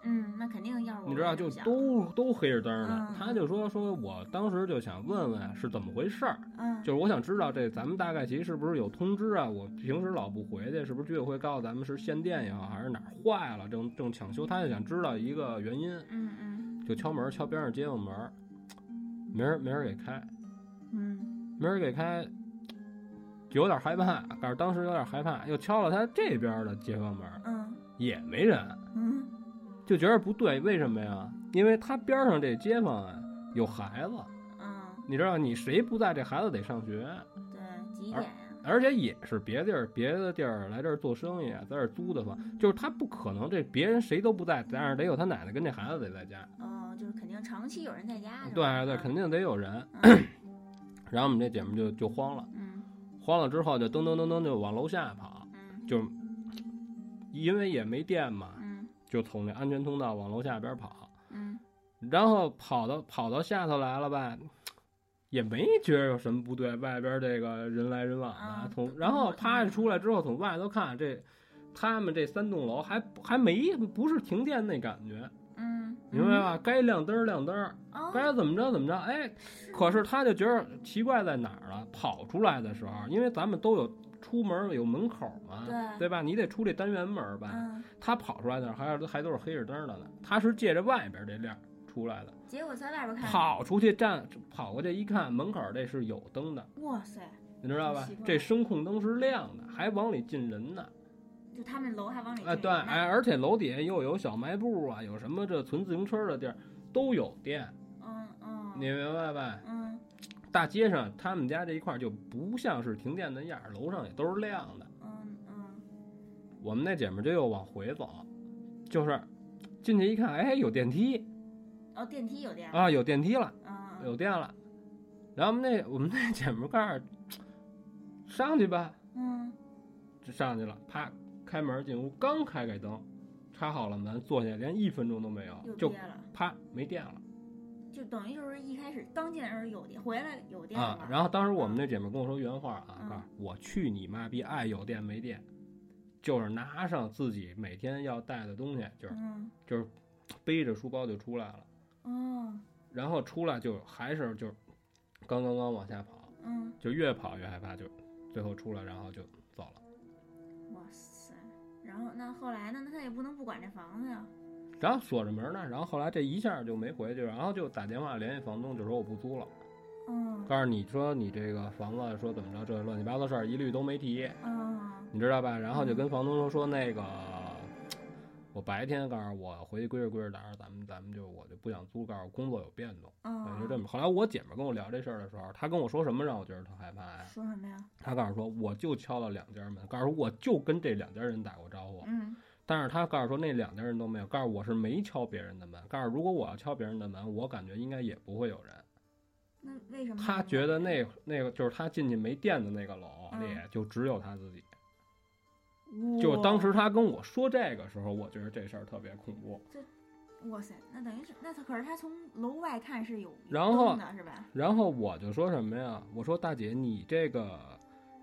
嗯，那肯定要是我你知道我就想都都黑着灯呢。嗯他就说说我当时就想问问是怎么回事儿，嗯就是我想知道这咱们大概其是不是有通知啊？我平时老不回去，是不是居委会告诉咱们是限电也好，还是哪儿坏了正正抢修？他就想知道一个原因，嗯就敲门敲边上街坊门儿，没人没人给开。嗯嗯没人给开，有点害怕，但是当时有点害怕，又敲了他这边的街坊门，嗯也没人，嗯就觉得不对，为什么呀？因为他边上这街坊啊有孩子，嗯，你知道，你谁不在，这孩子得上学，对，几而点呀？而且也是别地儿别的地儿来这儿做生意，啊在这儿租的房，就是他不可能这别人谁都不在，但是得有他奶奶跟这孩子得在家，哦，就是肯定长期有人在家是吧，对对，肯定得有人。定，然后我们这姐们就就慌了，嗯慌了之后就噔噔噔噔就往楼下跑，嗯就因为也没电嘛，嗯就从这安全通道往楼下边跑，嗯然后跑到跑到下头来了吧，也没觉得有什么不对，外边这个人来人往的，啊从然后趴下出来之后，从外头看这他们这三栋楼还还没不是停电那感觉，嗯，明白吧？该亮灯儿亮灯儿，嗯？哦，该怎么着怎么着，哎，可是他就觉得奇怪在哪儿了？跑出来的时候，因为咱们都有出门有门口嘛，对对吧？你得出这单元门吧。嗯，他跑出来的还是还都是黑着灯的呢，他是借着外边这亮出来的，结果在外 边看，跑出去站跑过去一看，门口这是有灯的，哇塞，你知道吧奇怪？这声控灯是亮的，还往里进人呢。就他们楼还往里嗯哎，进对，那哎，而且楼底下又有小卖部啊，有什么这存自行车的地儿都有店，嗯嗯，你明白吧？嗯大街上他们家这一块儿就不像是停电那样儿，楼上也都是亮的。嗯嗯，我们那姐们儿就又往回走，就是进去一看，哎，有电梯哦，电梯有电，啊，有电梯了，嗯有电了。然后我们那我们那姐们儿告诉上去吧，嗯就上去了，啪，开门进屋，刚开开灯，插好了门，坐下连一分钟都没有，又就憋了，啪没电了就等于就是一开始刚进来的时候有电，回来有电啊了。。然后当时我们那姐们儿跟我说原话啊，嗯告诉我去你妈逼，爱有电没电，就是拿上自己每天要带的东西，就是嗯背着书包就出来了，哦然后出来就还是就刚刚刚往下跑，嗯，就越跑越害怕，就最后出来然后就走了。哇塞。然后那后来呢？那他也不能不管这房子呀。然后锁着门呢，然后后来这一下就没回去，然后就打电话联系房东，就说我不租了。嗯告诉你说你这个房子说怎么着，这乱七八糟事儿一律都没提，嗯你知道吧？然后就跟房东说说那个，我白天告诉我回去归着归着胆儿，咱们咱们就我就不想租，告诉我工作有变动，嗯，就这么。后来我姐们儿跟我聊这事儿的时候，她跟我说什么让我觉得特害怕呀？说什么呀？她告诉说我就敲了两家门，告诉我就跟这两家人打过招呼，嗯但是她告诉说那两家人都没有，告诉我是没敲别人的门，告诉如果我要敲别人的门，我感觉应该也不会有人。那为什么他觉得那那个就是他进去没电的那个楼嗯里，就只有他自己。得就当时他跟我说这个时候，我觉得这事儿特别恐怖。哇塞，那等于是那他可是他从楼外看是有然后灯嗯的是吧？然后我就说什么呀？我说大姐，你这个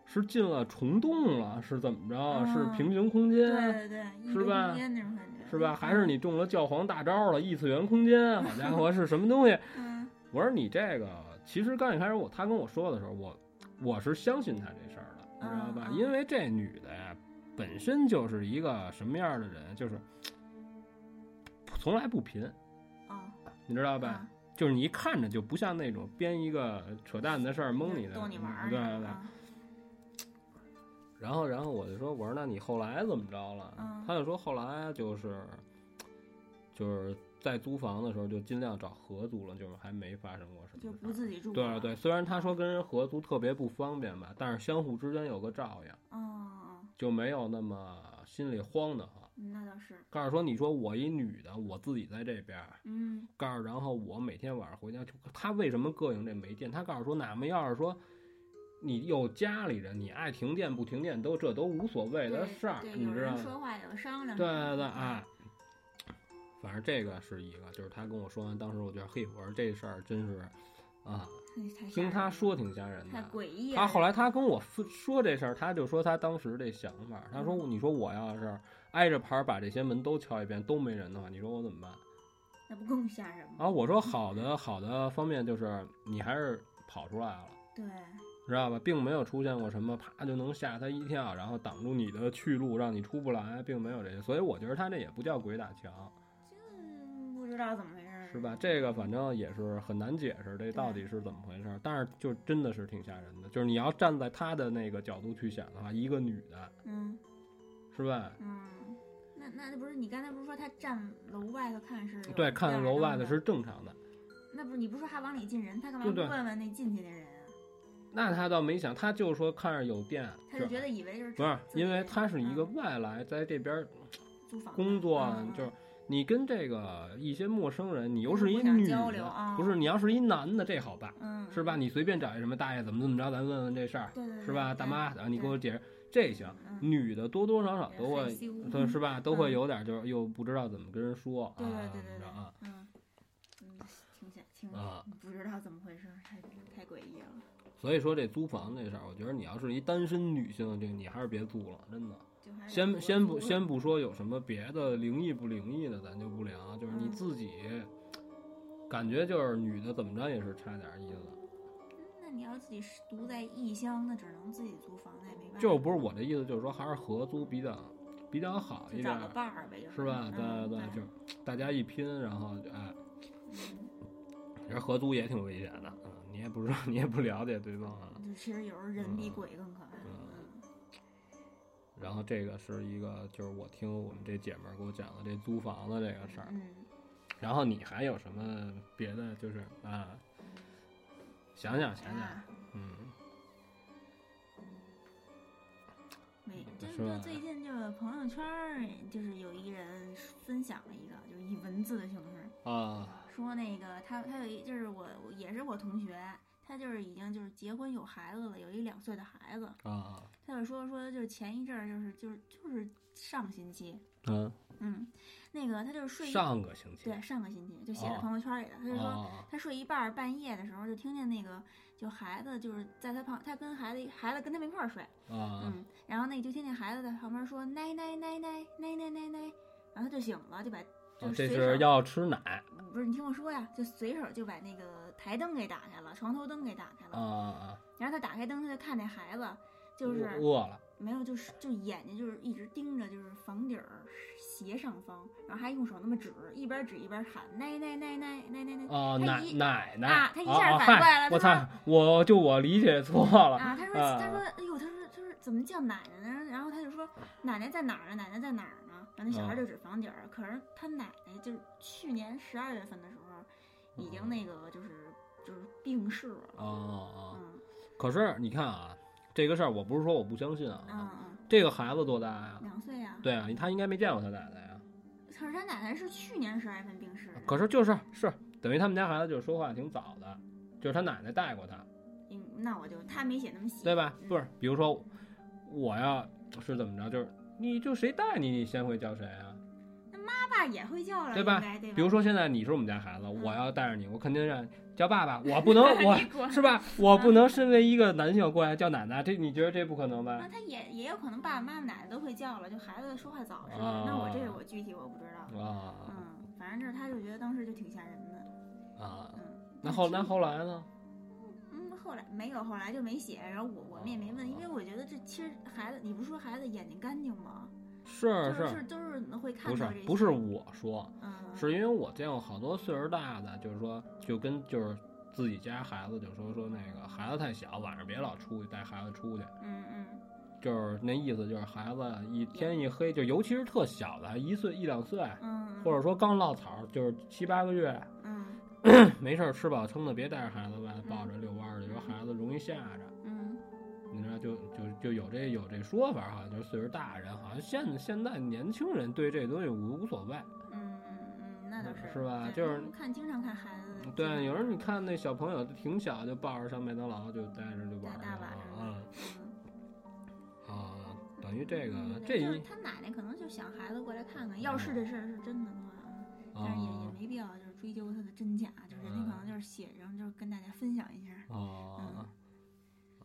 是进了虫洞了，是怎么着？啊嗯是平行空对嗯间对对，一是吧楼一间那种感觉是吧？还是你中了教皇大招了？异次元空间，啊好家伙，是什么东西？嗯我说你这个，其实刚一开始我他跟我说的时候，我我是相信他这事儿的，你知道吧？嗯嗯因为这女的呀，本身就是一个什么样的人，就是从来不贫，哦嗯你知道好吧？就是你一看着就不像那种编一个扯淡的事儿蒙你的，嗯逗你玩儿嗯对呢对对。然后，然后我就说，我说那你后来怎么着了？嗯他就说后来就是，就是在租房的时候就尽量找合租了，就是还没发生过什嗯么事就儿，不自己住对啊了对，虽然他说跟人合租特别不方便吧，但是相互之间有个照应，哦，就没有那么心里慌的慌。那倒是，告诉说，你说我一女的，我自己在这边儿，嗯告诉然后我每天晚上回家就，他为什么膈应这没电？他告诉说，哪怕要是说你有家里人，你爱停电不停电都这都无所谓对的事儿，对，你有知道人吗？说话有商量，对对啊对，哎，反正这个是一个，就是他跟我说完，当时我觉得，嘿，我说这事儿真是啊，嘿，太吓听他人说挺吓人了的哎啊太。诡异了。他后来他跟我说说这事儿，他就说他当时这想法，他说嗯你说我要是挨着牌儿把这些门都敲一遍都没人的话，你说我怎么办？那不更吓人吗？然后我说好的好的方面就是你还是跑出来了，对，知道吧？并没有出现过什么啪就能吓他一跳，然后挡住你的去路让你出不来，并没有这些，所以我觉得他这也不叫鬼打墙，嗯，不知道怎么回事儿，是吧？这个反正也是很难解释这到底是怎么回事儿，但是就真的是挺吓人的，就是你要站在他的那个角度去想的话，一个女的嗯是吧？嗯，那那不是你刚才不是说他站楼外头看是有对，人在看楼外弄的是正常的。那不是你不是说还往里进人，他干嘛对不对问问那进去的人啊？那他倒没想，他就说看着有电，他就觉得是以为就是不是，自己因为他是一个嗯外来在这边租房工作，啊嗯嗯就是你跟这个一些陌生人，你又就是是一不想女交的，流啊不是你要是一男的，这好办，嗯是吧？？你随便找一什么大爷怎么怎么着，咱问问这事儿，对对对是吧？大妈，然后你给我解释，这也行。嗯，女的多多少少都害会羞，都是吧，都嗯会有点就是又不知道怎么跟人说，对对啊对对怎么着对啊，嗯嗯，挺吓挺啊不知道怎么回事，太太诡异了。所以说这租房这事儿，我觉得你要是一单身女性，这个你还是别租了，真的。就还是先得先多不租先不说有什么别的灵异不灵异的，咱就不聊，啊就是嗯你自己感觉就是女的怎么着也是差点意思，那那你要是自己是独在异乡，那只能自己租房，那也没办法。就不是我的意思，就是说还是合租比较比较好一就点找个，儿伴儿呗，就是吧？对嗯对，对，就大家一拼，然后就哎，嗯其实合租也挺危险的，嗯，你也不知道，你也不了解对方啊。就其实有时候人比嗯鬼更可爱。嗯嗯，然后这个是一个，就是我听我们这姐们儿给我讲的这租房的这个事儿。嗯，然后你还有什么别的？就是啊，想想想想，啊嗯，没，就是吧就最近就是朋友圈儿，就是有一人分享了一个，就是以文字的形式啊说那个他他有一就是我我也是我同学，他就是已经就是结婚有孩子了，有一两岁的孩子，啊，他就说说就是前一阵儿就是就是就是上星期，嗯，嗯，那个他就是睡一上个星期对上个星期就写在哦朋友圈里了，他就说。啊，他睡一半儿，半夜的时候就听见那个，就孩子就是在他旁，他跟孩子孩子跟他们一块儿睡，啊嗯，然后那就听见孩子在旁边说奶奶奶奶奶奶奶奶，然后他就醒了，就把就是啊，这随是手、要吃奶不是你听我说呀，就随手就把那个台灯给打开了，床头灯给打开了，啊，然后他打开灯，他就看那孩子就是饿了没有就是就眼睛就是一直盯着就是房顶儿斜上方，然后还用手那么指，一边指一边喊奶奶奶奶奶奶奶啊，他奶一奶奶啊他一下反啊嗨过来了我他操，我就我理解错了啊，他说他说哎呦，他说他说怎么叫奶奶呢？然后他就说奶奶在哪儿呢？啊奶奶在哪儿呢？然后那小孩就指房顶儿。可是他奶奶就是去年十二月份的时候，已经那个就是就是病逝了。啊啊！嗯可是你看啊，这个事儿我不是说我不相信啊，嗯嗯，这个孩子多大呀？两岁呀、对啊，他应该没见过他奶奶啊呀。可是他奶奶是去年十二月份病逝的，可是就是是等于他们家孩子就是说话挺早的，就是他奶奶带过他，嗯，那我就他没写那么细，对吧？嗯不是，比如说我要是怎么着，就是你就谁带你，你先会叫谁啊？他爸也会叫了，对吧应该对吧？比 如说现在你是我们家孩子，我要带着你，我肯定让你叫爸爸，我不能 我。我是吧？我不能身为一个男性过来叫奶奶，这你觉得这不可能吧那？他也也有可能爸爸妈妈、奶奶都会叫了，就孩子说话早是吧？啊那我这个我具体我不知道。啊嗯，反正就是他就觉得当时就挺吓人的。啊！嗯，那后但那是后来呢？嗯，后来没有，后来就没写，然后我我们也没问，因为我觉得这其实孩子，你不是说孩子眼睛干净吗？是，就是是都是能会看不是到这些，不是我说，嗯，是因为我见过好多岁数大的，就是说就跟就是自己家孩子就说说那个孩子太小，晚上别老出去带孩子出去，嗯嗯就是那意思就是孩子一天一黑，就尤其是特小的，还一岁一两岁，嗯，或者说刚落草，就是七八个月，嗯没事儿吃饱撑的，别带着孩子外头抱着遛弯儿去，有孩子容易吓着。嗯你知道就就就有这有这说法哈，就是岁数大人好像现现在年轻人对这东西无无所谓，嗯嗯嗯，那倒是是吧对就是我们看经常看孩子的，对，有时候你看那小朋友就挺小，就抱着上麦当劳就待着就玩大大儿了晚上的，嗯，啊啊啊！等于这个嗯这对就是一他奶奶可能就想孩子过来看看，要是这事儿是真的的话。但是也也啊没必要，就是追究它的真假，就是人家可能就是写，然后就是跟大家分享一下。啊嗯啊啊，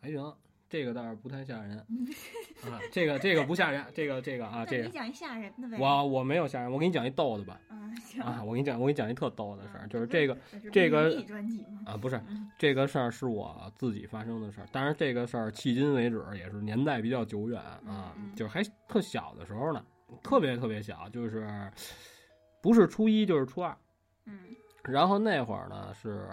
还行，这个倒是不太吓人嗯啊，这个这个不吓人，这个这个啊 那这你个讲一吓人的呗。我我没有吓人，我给你讲一逗的吧嗯，行。啊，我给你讲我给你讲一特逗的事儿，就是这个是这个秘密专辑吗？啊不是嗯这个事儿是我自己发生的事儿，当然这个事儿迄今为止也是年代比较久远啊嗯，嗯就是还特小的时候呢，特别特别小，就是不是初一就是初二。嗯然后那会儿呢，是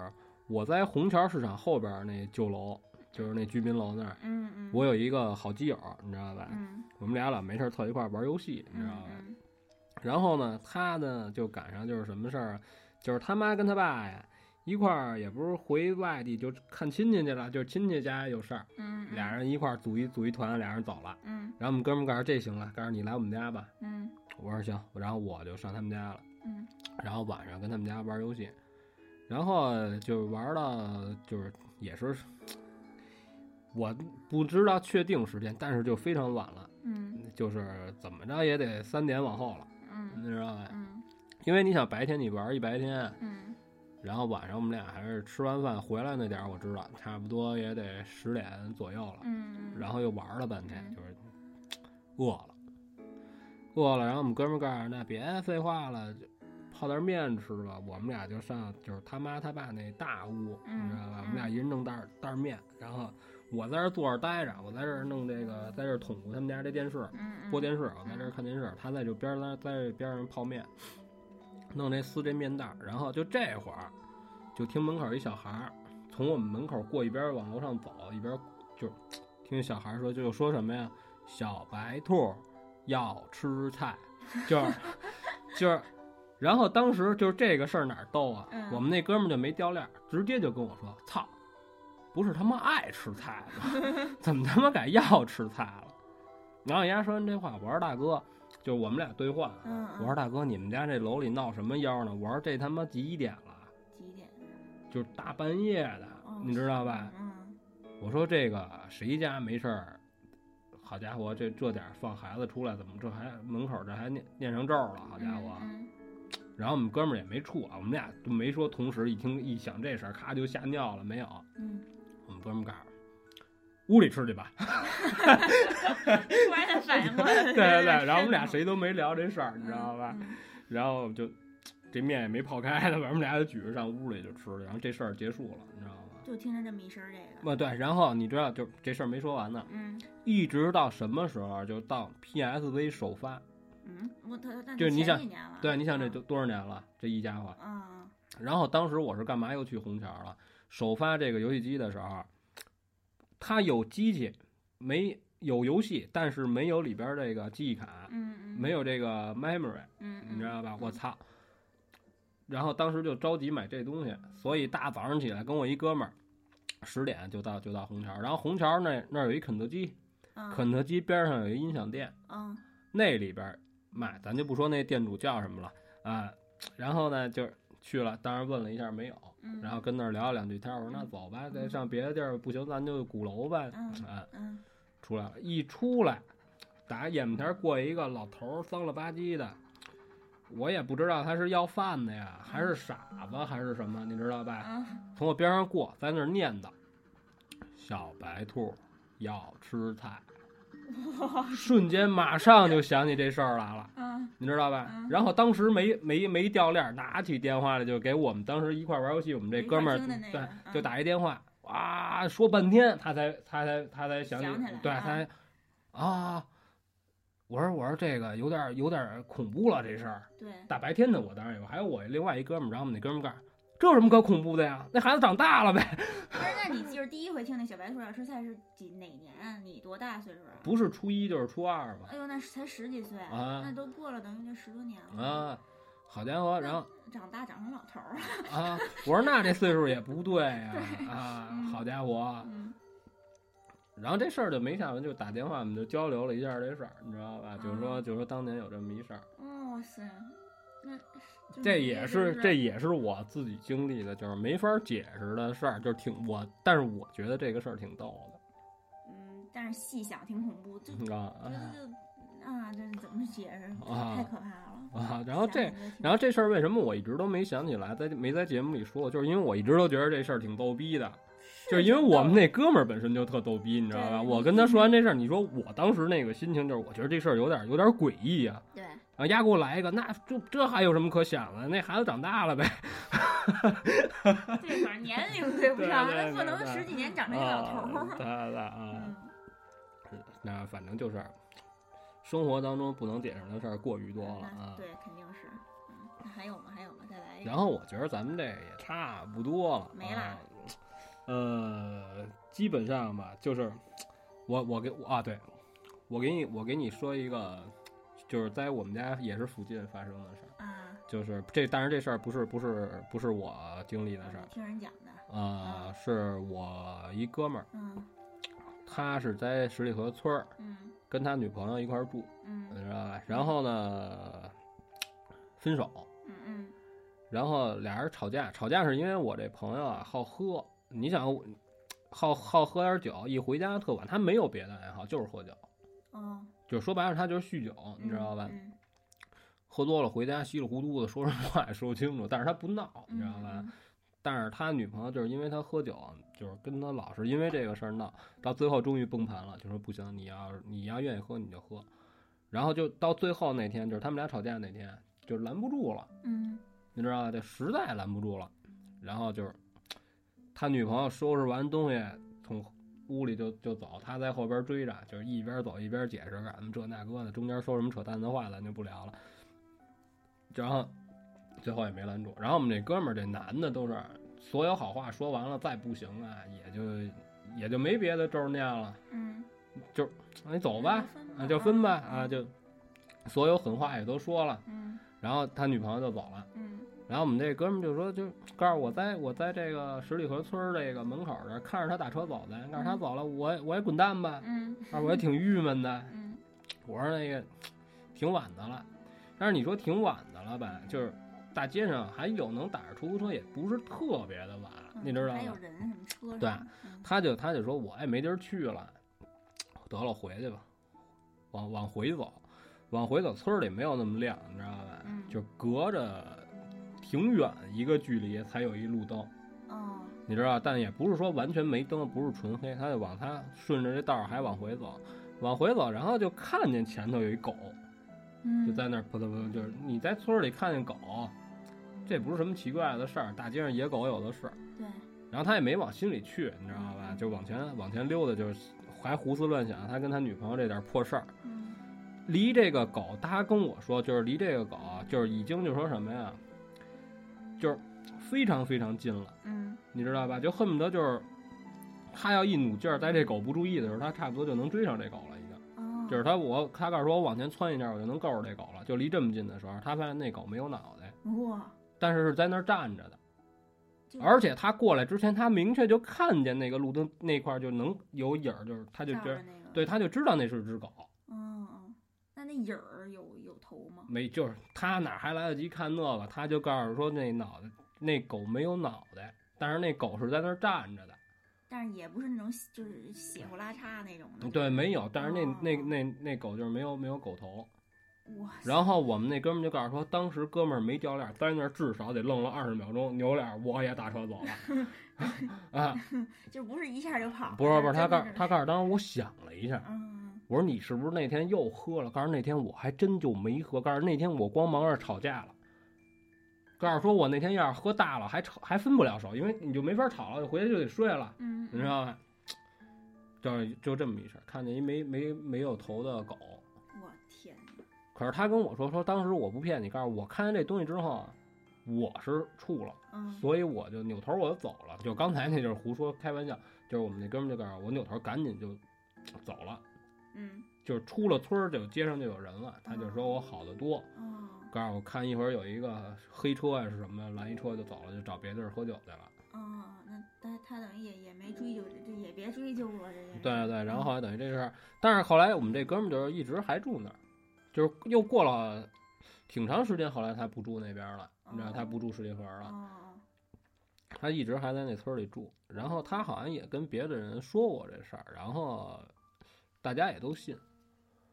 我在虹桥市场后边儿那旧楼，就是那居民楼那儿，嗯嗯，我有一个好基友，你知道吧？嗯我们俩老没事儿凑一块儿玩儿游戏，你知道吧？嗯然后呢，他呢就赶上就是什么事儿，啊就是他妈跟他爸呀一块儿，也不是回外地就看亲戚去了，就是亲戚家有事儿，嗯，俩人一块儿组一组一团，俩人走了。嗯然后我们哥们儿告诉这行了，告诉你来我们家吧。嗯我说行，然后我就上他们家了，嗯然后晚上跟他们家玩游戏，然后就玩到就是也是。我不知道确定时间，但是就非常晚了，嗯就是怎么着也得三点往后了，嗯你知道吧？嗯因为你想白天你玩一白天，嗯然后晚上我们俩还是吃完饭回来那点儿，我知道差不多也得十点左右了，嗯，然后又玩了半天，嗯就是饿了，饿了，然后我们哥们儿告诉那别废话了，就泡袋面吃吧。我们俩就上就是他妈他爸那大屋，嗯你知道吧？嗯我们俩一人弄袋儿袋儿面，然后我在这儿坐着待着，我在这儿弄这个，在这儿捅咕他们家这电视，嗯播电视，我在这儿看电视，他在这边儿在在这边上泡面，弄这撕这面袋儿，然后就这会儿，就听门口一小孩儿从我们门口过，一边儿往楼上走，一边儿就听小孩儿说，就说什么呀，小白兔要吃菜，就是就是。然后当时就是这个事儿哪儿逗啊？嗯我们那哥们儿就没掉链儿，直接就跟我说：“操，不是他妈爱吃菜吗？怎么他妈改要吃菜了？”然后人家说完这话，我说大哥，就是我们俩对话啊，嗯嗯我说大哥，你们家这楼里闹什么妖呢？我说这他妈几点了？几点？就是大半夜的，哦你知道吧？嗯我说这个谁家没事儿？好家伙，这这点儿放孩子出来，怎么这还门口这还念念上咒了？好家伙！嗯然后我们哥们儿也没怵啊，我们俩就没说同时一听一想这事儿，咔就吓尿了没有？嗯， 我们哥们儿告诉我屋里吃去吧。突然间反应过来， 对对对，然后我们俩谁都没聊这事儿，你知道吧？嗯然后就这面也没泡开，我们俩就举着上屋里就吃了，然后这事儿结束了，你知道吗？就听着这么一声儿这个，啊，对，然后你知道，就这事儿没说完呢，嗯一直到什么时候？就到 PSV 首发，嗯，我他那就是你前想几年了，对，你想这嗯都多少年了，这一家伙。嗯然后当时我是干嘛又去虹桥了？首发这个游戏机的时候，它有机器，没有游戏，但是没有里边儿这个记忆卡，嗯嗯，没有这个 memory，嗯，嗯，你知道吧？我嗯操！然后当时就着急买这东西，所以大早上起来跟我一哥们儿，十点就到就到虹桥，然后虹桥那那儿有一肯德基，嗯肯德基边上有一音响店，嗯那里边儿买，咱就不说那店主叫什么了啊、然后呢，就是去了，当然问了一下没有，嗯，然后跟那儿聊了两句天儿，我说那走吧，再上别的地儿不行，咱就鼓楼吧，嗯啊、嗯出来了，一出来，打眼门前过一个老头儿，脏了吧唧的，我也不知道他是要饭的呀，还是傻子，还是什么，你知道吧？嗯从我边上过，在那儿念叨：“小白兔要吃菜。”瞬间马上就想起这事儿来了，嗯你知道吧嗯？然后当时没没没掉链儿，拿起电话来就给我们当时一块儿玩游戏，我们这哥们一块儿听的那儿个对嗯就打一电话，哇，说半天，他才他才他才想起，想起来对，啊他才啊，我说我说这个有点有点恐怖了这事儿，对，大白天的我当然有，还有我另外一哥们儿，然后我们那哥们儿告诉我这有什么可恐怖的呀？那孩子长大了呗，不是，那你就是第一回听那小白兔要吃菜是几哪年啊？你多大岁数啊？不是初一就是初二嘛哎呦，那是才十几岁，啊那都过了等于这十多年了。啊，好家伙，然后长大长成老头儿了，啊，我说那这岁数也不对呀啊，嗯好家伙，嗯然后这事儿就没下文，就打电话我们就交流了一下这事儿，你知道吧？就是说，啊就是说当年有这么一事儿，哦哇塞，那嗯就是这你也就是这也是我自己经历的，就是没法解释的事儿，就是挺我，但是我觉得这个事儿挺逗嗯，但是细想挺恐怖，就觉的啊得就啊，这怎么解释？啊太可怕了。啊！然后这想起来就挺然后这事儿为什么我一直都没想起来，在没在节目里说，就是因为我一直都觉得这事儿挺逗逼的，就是因为我们那哥们儿本身就特逗逼，你知道吧？对我跟他说完这事儿，你说我当时那个心情就是，我觉得这事儿有点有点诡异呀、对，啊，丫给我来一个，那这这还有什么可想的？那孩子长大了呗。这会儿年龄对不上，对对那对不能对十几年长成一老啊，头儿。对对对 啊，嗯，那反正就是生活当中不能解释的事儿过于多了嗯那啊。对，肯定是。嗯，那还有吗？还有吗？再来一个。然后我觉得咱们这也差不多了，没啦啊。呃，基本上吧，就是我我给我啊，对我给你我给你说一个，就是在我们家也是附近发生的事儿，啊，就是这，但是这事儿不是不是不是我经历的事儿你，嗯听人讲的。呃，是我一哥们儿，嗯他是在十里河村儿嗯跟他女朋友一块儿住，你嗯知道吧？然后呢，分手，嗯嗯然后俩人吵架，吵架是因为我这朋友啊好喝，你想我好好喝点酒，一回家特晚，他没有别的爱好，就是喝酒，哦，就是说白了他就是酗酒，你知道吧？嗯喝多了回家稀里糊涂的，说什么话也说不清楚，但是他不闹，你知嗯道吧？？但是他女朋友就是因为他喝酒，啊就是跟他老是因为这个事儿闹，到最后终于崩盘了，就说不行，你要你要愿意喝你就喝，然后就到最后那天，就是他们俩吵架那天，就拦不住了，嗯你知道吧？这实在拦不住了，然后就是他女朋友收拾完东西从屋里就就走，他在后边追着，就是一边走一边解释咱们这那个的，中间说什么扯淡的话咱就不聊了。然后最后也没拦住。然后我们这哥们儿这男的都是所有好话说完了，再不行啊也就也就没别的招儿那样了，嗯，你走吧，啊就分吧啊就所有狠话也都说了，嗯然后他女朋友就走了。嗯然后我们这哥们儿就说，就告诉我在我在这个十里河村儿这个门口这儿看着他打车走的，告诉他走了，我也我也滚蛋吧。嗯啊，我也挺郁闷的。嗯我说那个挺晚的了，但是你说挺晚的了吧，就是大街上还有能打着出租车，也不是特别的晚，嗯，你知道还有吗？人什么车对什么的，嗯他就他就说我也没地儿去了，得了，回去吧，往往回走，往回走，村儿里没有那么亮，你知道吧？嗯就隔着挺远一个距离才有一路灯，哦你知道，但也不是说完全没灯，不是纯黑，他就往他顺着这道儿还往回走，往回走，然后就看见前头有一狗，嗯，就在那儿扑腾扑腾，就是你在村儿里看见狗，这不是什么奇怪的事儿，大街上野狗有的是。对，然后他也没往心里去，你知道吧？就往前往前溜达，就是还胡思乱想他跟他女朋友这点破事儿。嗯离这个狗，他跟我说，就是离这个狗，啊就是已经就说什么呀，就是非常非常近了，嗯你知道吧？就恨不得就是他要一努劲儿，在这狗不注意的时候，他差不多就能追上这狗了，已经。哦，就是他我他告诉我我往前窜一下，我就能够着这狗了。就离这么近的时候，他发现那狗没有脑袋，哇，但是是在那儿站着的。就而且他过来之前，他明确就看见那个路灯那块儿就能有影儿，就是他就照觉得着，那个，对，他就知道那是只狗，嗯嗯，那那影儿有有头吗？没就是他哪还来得及看那个，他就告诉说那脑袋那狗没有脑袋，但是那狗是在那儿站着的，但是也不是那种就是血呼拉叉那种的，嗯对，没有，但是那哦那那那狗就是没有没有狗头。哇塞，然后我们那哥们儿就告诉说，当时哥们儿没掉链儿，在那儿至少得愣了二十秒钟，扭脸儿我也打车走 了，啊，就不是一下就跑，不是不是，他真的告他告诉当时我想了一下。嗯我说你是不是那天又喝了？告诉那天我还真就没喝。告诉那天我光忙着吵架了。告诉说我那天要是喝大了，还吵还分不了手，因为你就没法吵了，就回去就得睡了，嗯，你知道吧？就是就这么一事儿，看见一没没没有头的狗，我天哪，可是他跟我说说，当时我不骗你，告诉我看见这东西之后啊，我是怵了，嗯所以我就扭头我就走了。就刚才那就是胡说开玩笑，就是我们那哥们儿就告诉我，我扭头赶紧就走了。嗯就是出了村儿就街上就有人了，他就说我好得多，哦告诉我看一会儿有一个黑车啊呀、是什么呀，拦一车就走了，就找别地儿喝酒去了。哦，那他他等于也也没追究，这也别追究我这个人，对对对，然后后来等于这事儿，但是后来我们这哥们儿就是一直还住那儿，就是又过了挺长时间，后来他不住那边儿了，你知道他不住十里河了，哦他一直还在那村儿里住。然后他好像也跟别的人说过这事儿，然后大家也都信。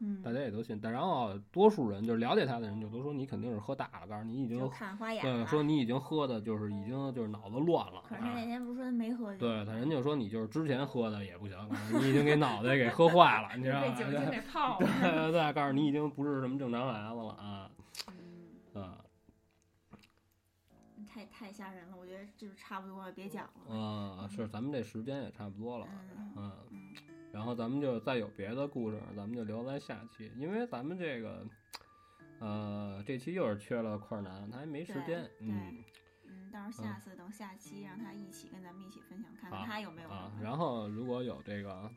嗯，大家也都信，但然后多数人就是了解他的人就都说你肯定是喝大了，告诉你已经就看花眼对，了，说你已经喝的，就是已经就是脑子乱了。啊可是他那啊天不是说他没喝酒，对他，人家说你就是之前喝的也不行，你已经给脑袋给喝坏了，你知道被吗？酒精给对泡了， 对对，告诉你已经不是什么正常孩子了啊 嗯啊太太吓人了，我觉得就是差不多了，别讲了，啊！是，咱们这时间也差不多了，嗯嗯，嗯然后咱们就再有别的故事，咱们就留在下期，因为咱们这个，呃，这期又是缺了块儿男，他还没时对间，对嗯。嗯，到时候下次等下期让他一起跟咱们一起分享，看看啊他有没有什啊么，然后如果有这个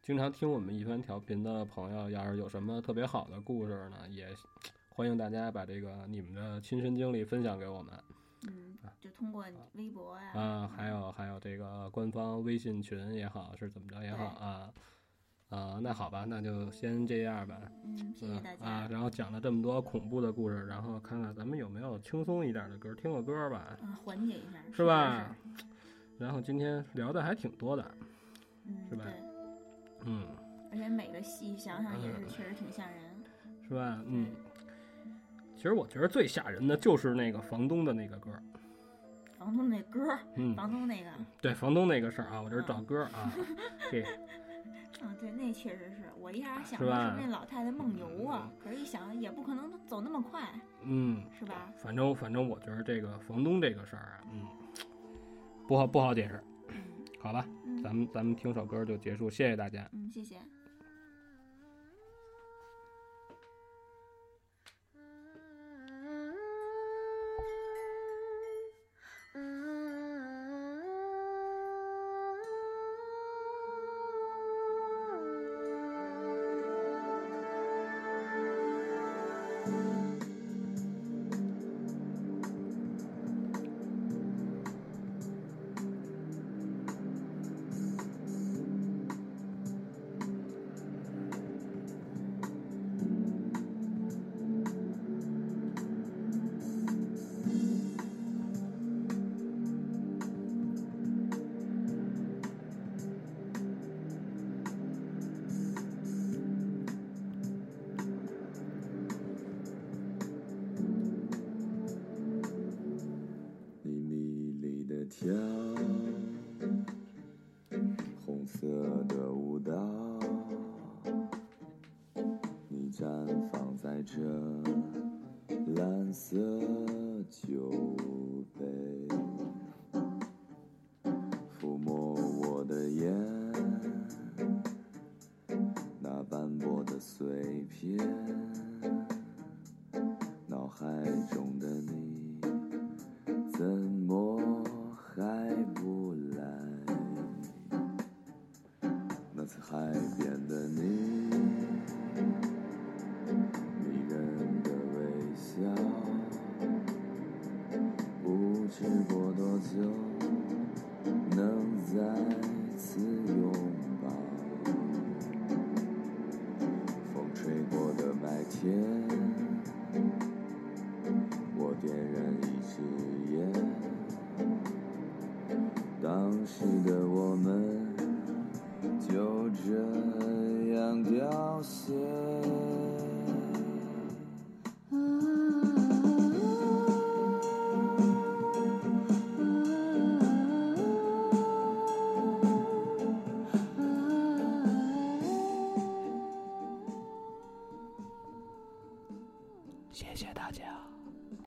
经常听我们一番调频的朋友，要是有什么特别好的故事呢，也欢迎大家把这个你们的亲身经历分享给我们嗯，就通过微博呀、啊，还有还有这个官方微信群也好，是怎么着也好啊。啊，那好吧，那就先这样吧。嗯，谢谢嗯大家，啊，然后讲了这么多恐怖的故事，然后看看咱们有没有轻松一点的歌，听个歌吧，嗯，缓解一下，是吧？然后今天聊的还挺多的，嗯，是吧对，嗯。而且每个戏想想也是，嗯确实挺吓人。是吧？嗯，其实我觉得最吓人的就是那个房东的那个歌儿，房东那歌儿，嗯，房东那个，对，房东那个事儿啊，我这是找歌儿啊，给嗯，对，那确实是我一下想是吧的是那老太太梦游啊，可是一想也不可能走那么快，嗯，是吧？反正反正我觉得这个房东这个事儿啊，嗯，不好不好解释，好吧，嗯咱们咱们听首歌就结束，谢谢大家。嗯，谢谢。你迷离的跳，红色的舞蹈，你绽放在这蓝色酒杯，抚摸我的眼，那斑驳的碎片，脑海中的你。怎么还不来？那次海边的你，迷人的微笑，不知过多久能再次拥抱。风吹过的麦田。我点燃一支烟。当时的我们就这样凋谢。谢谢大家。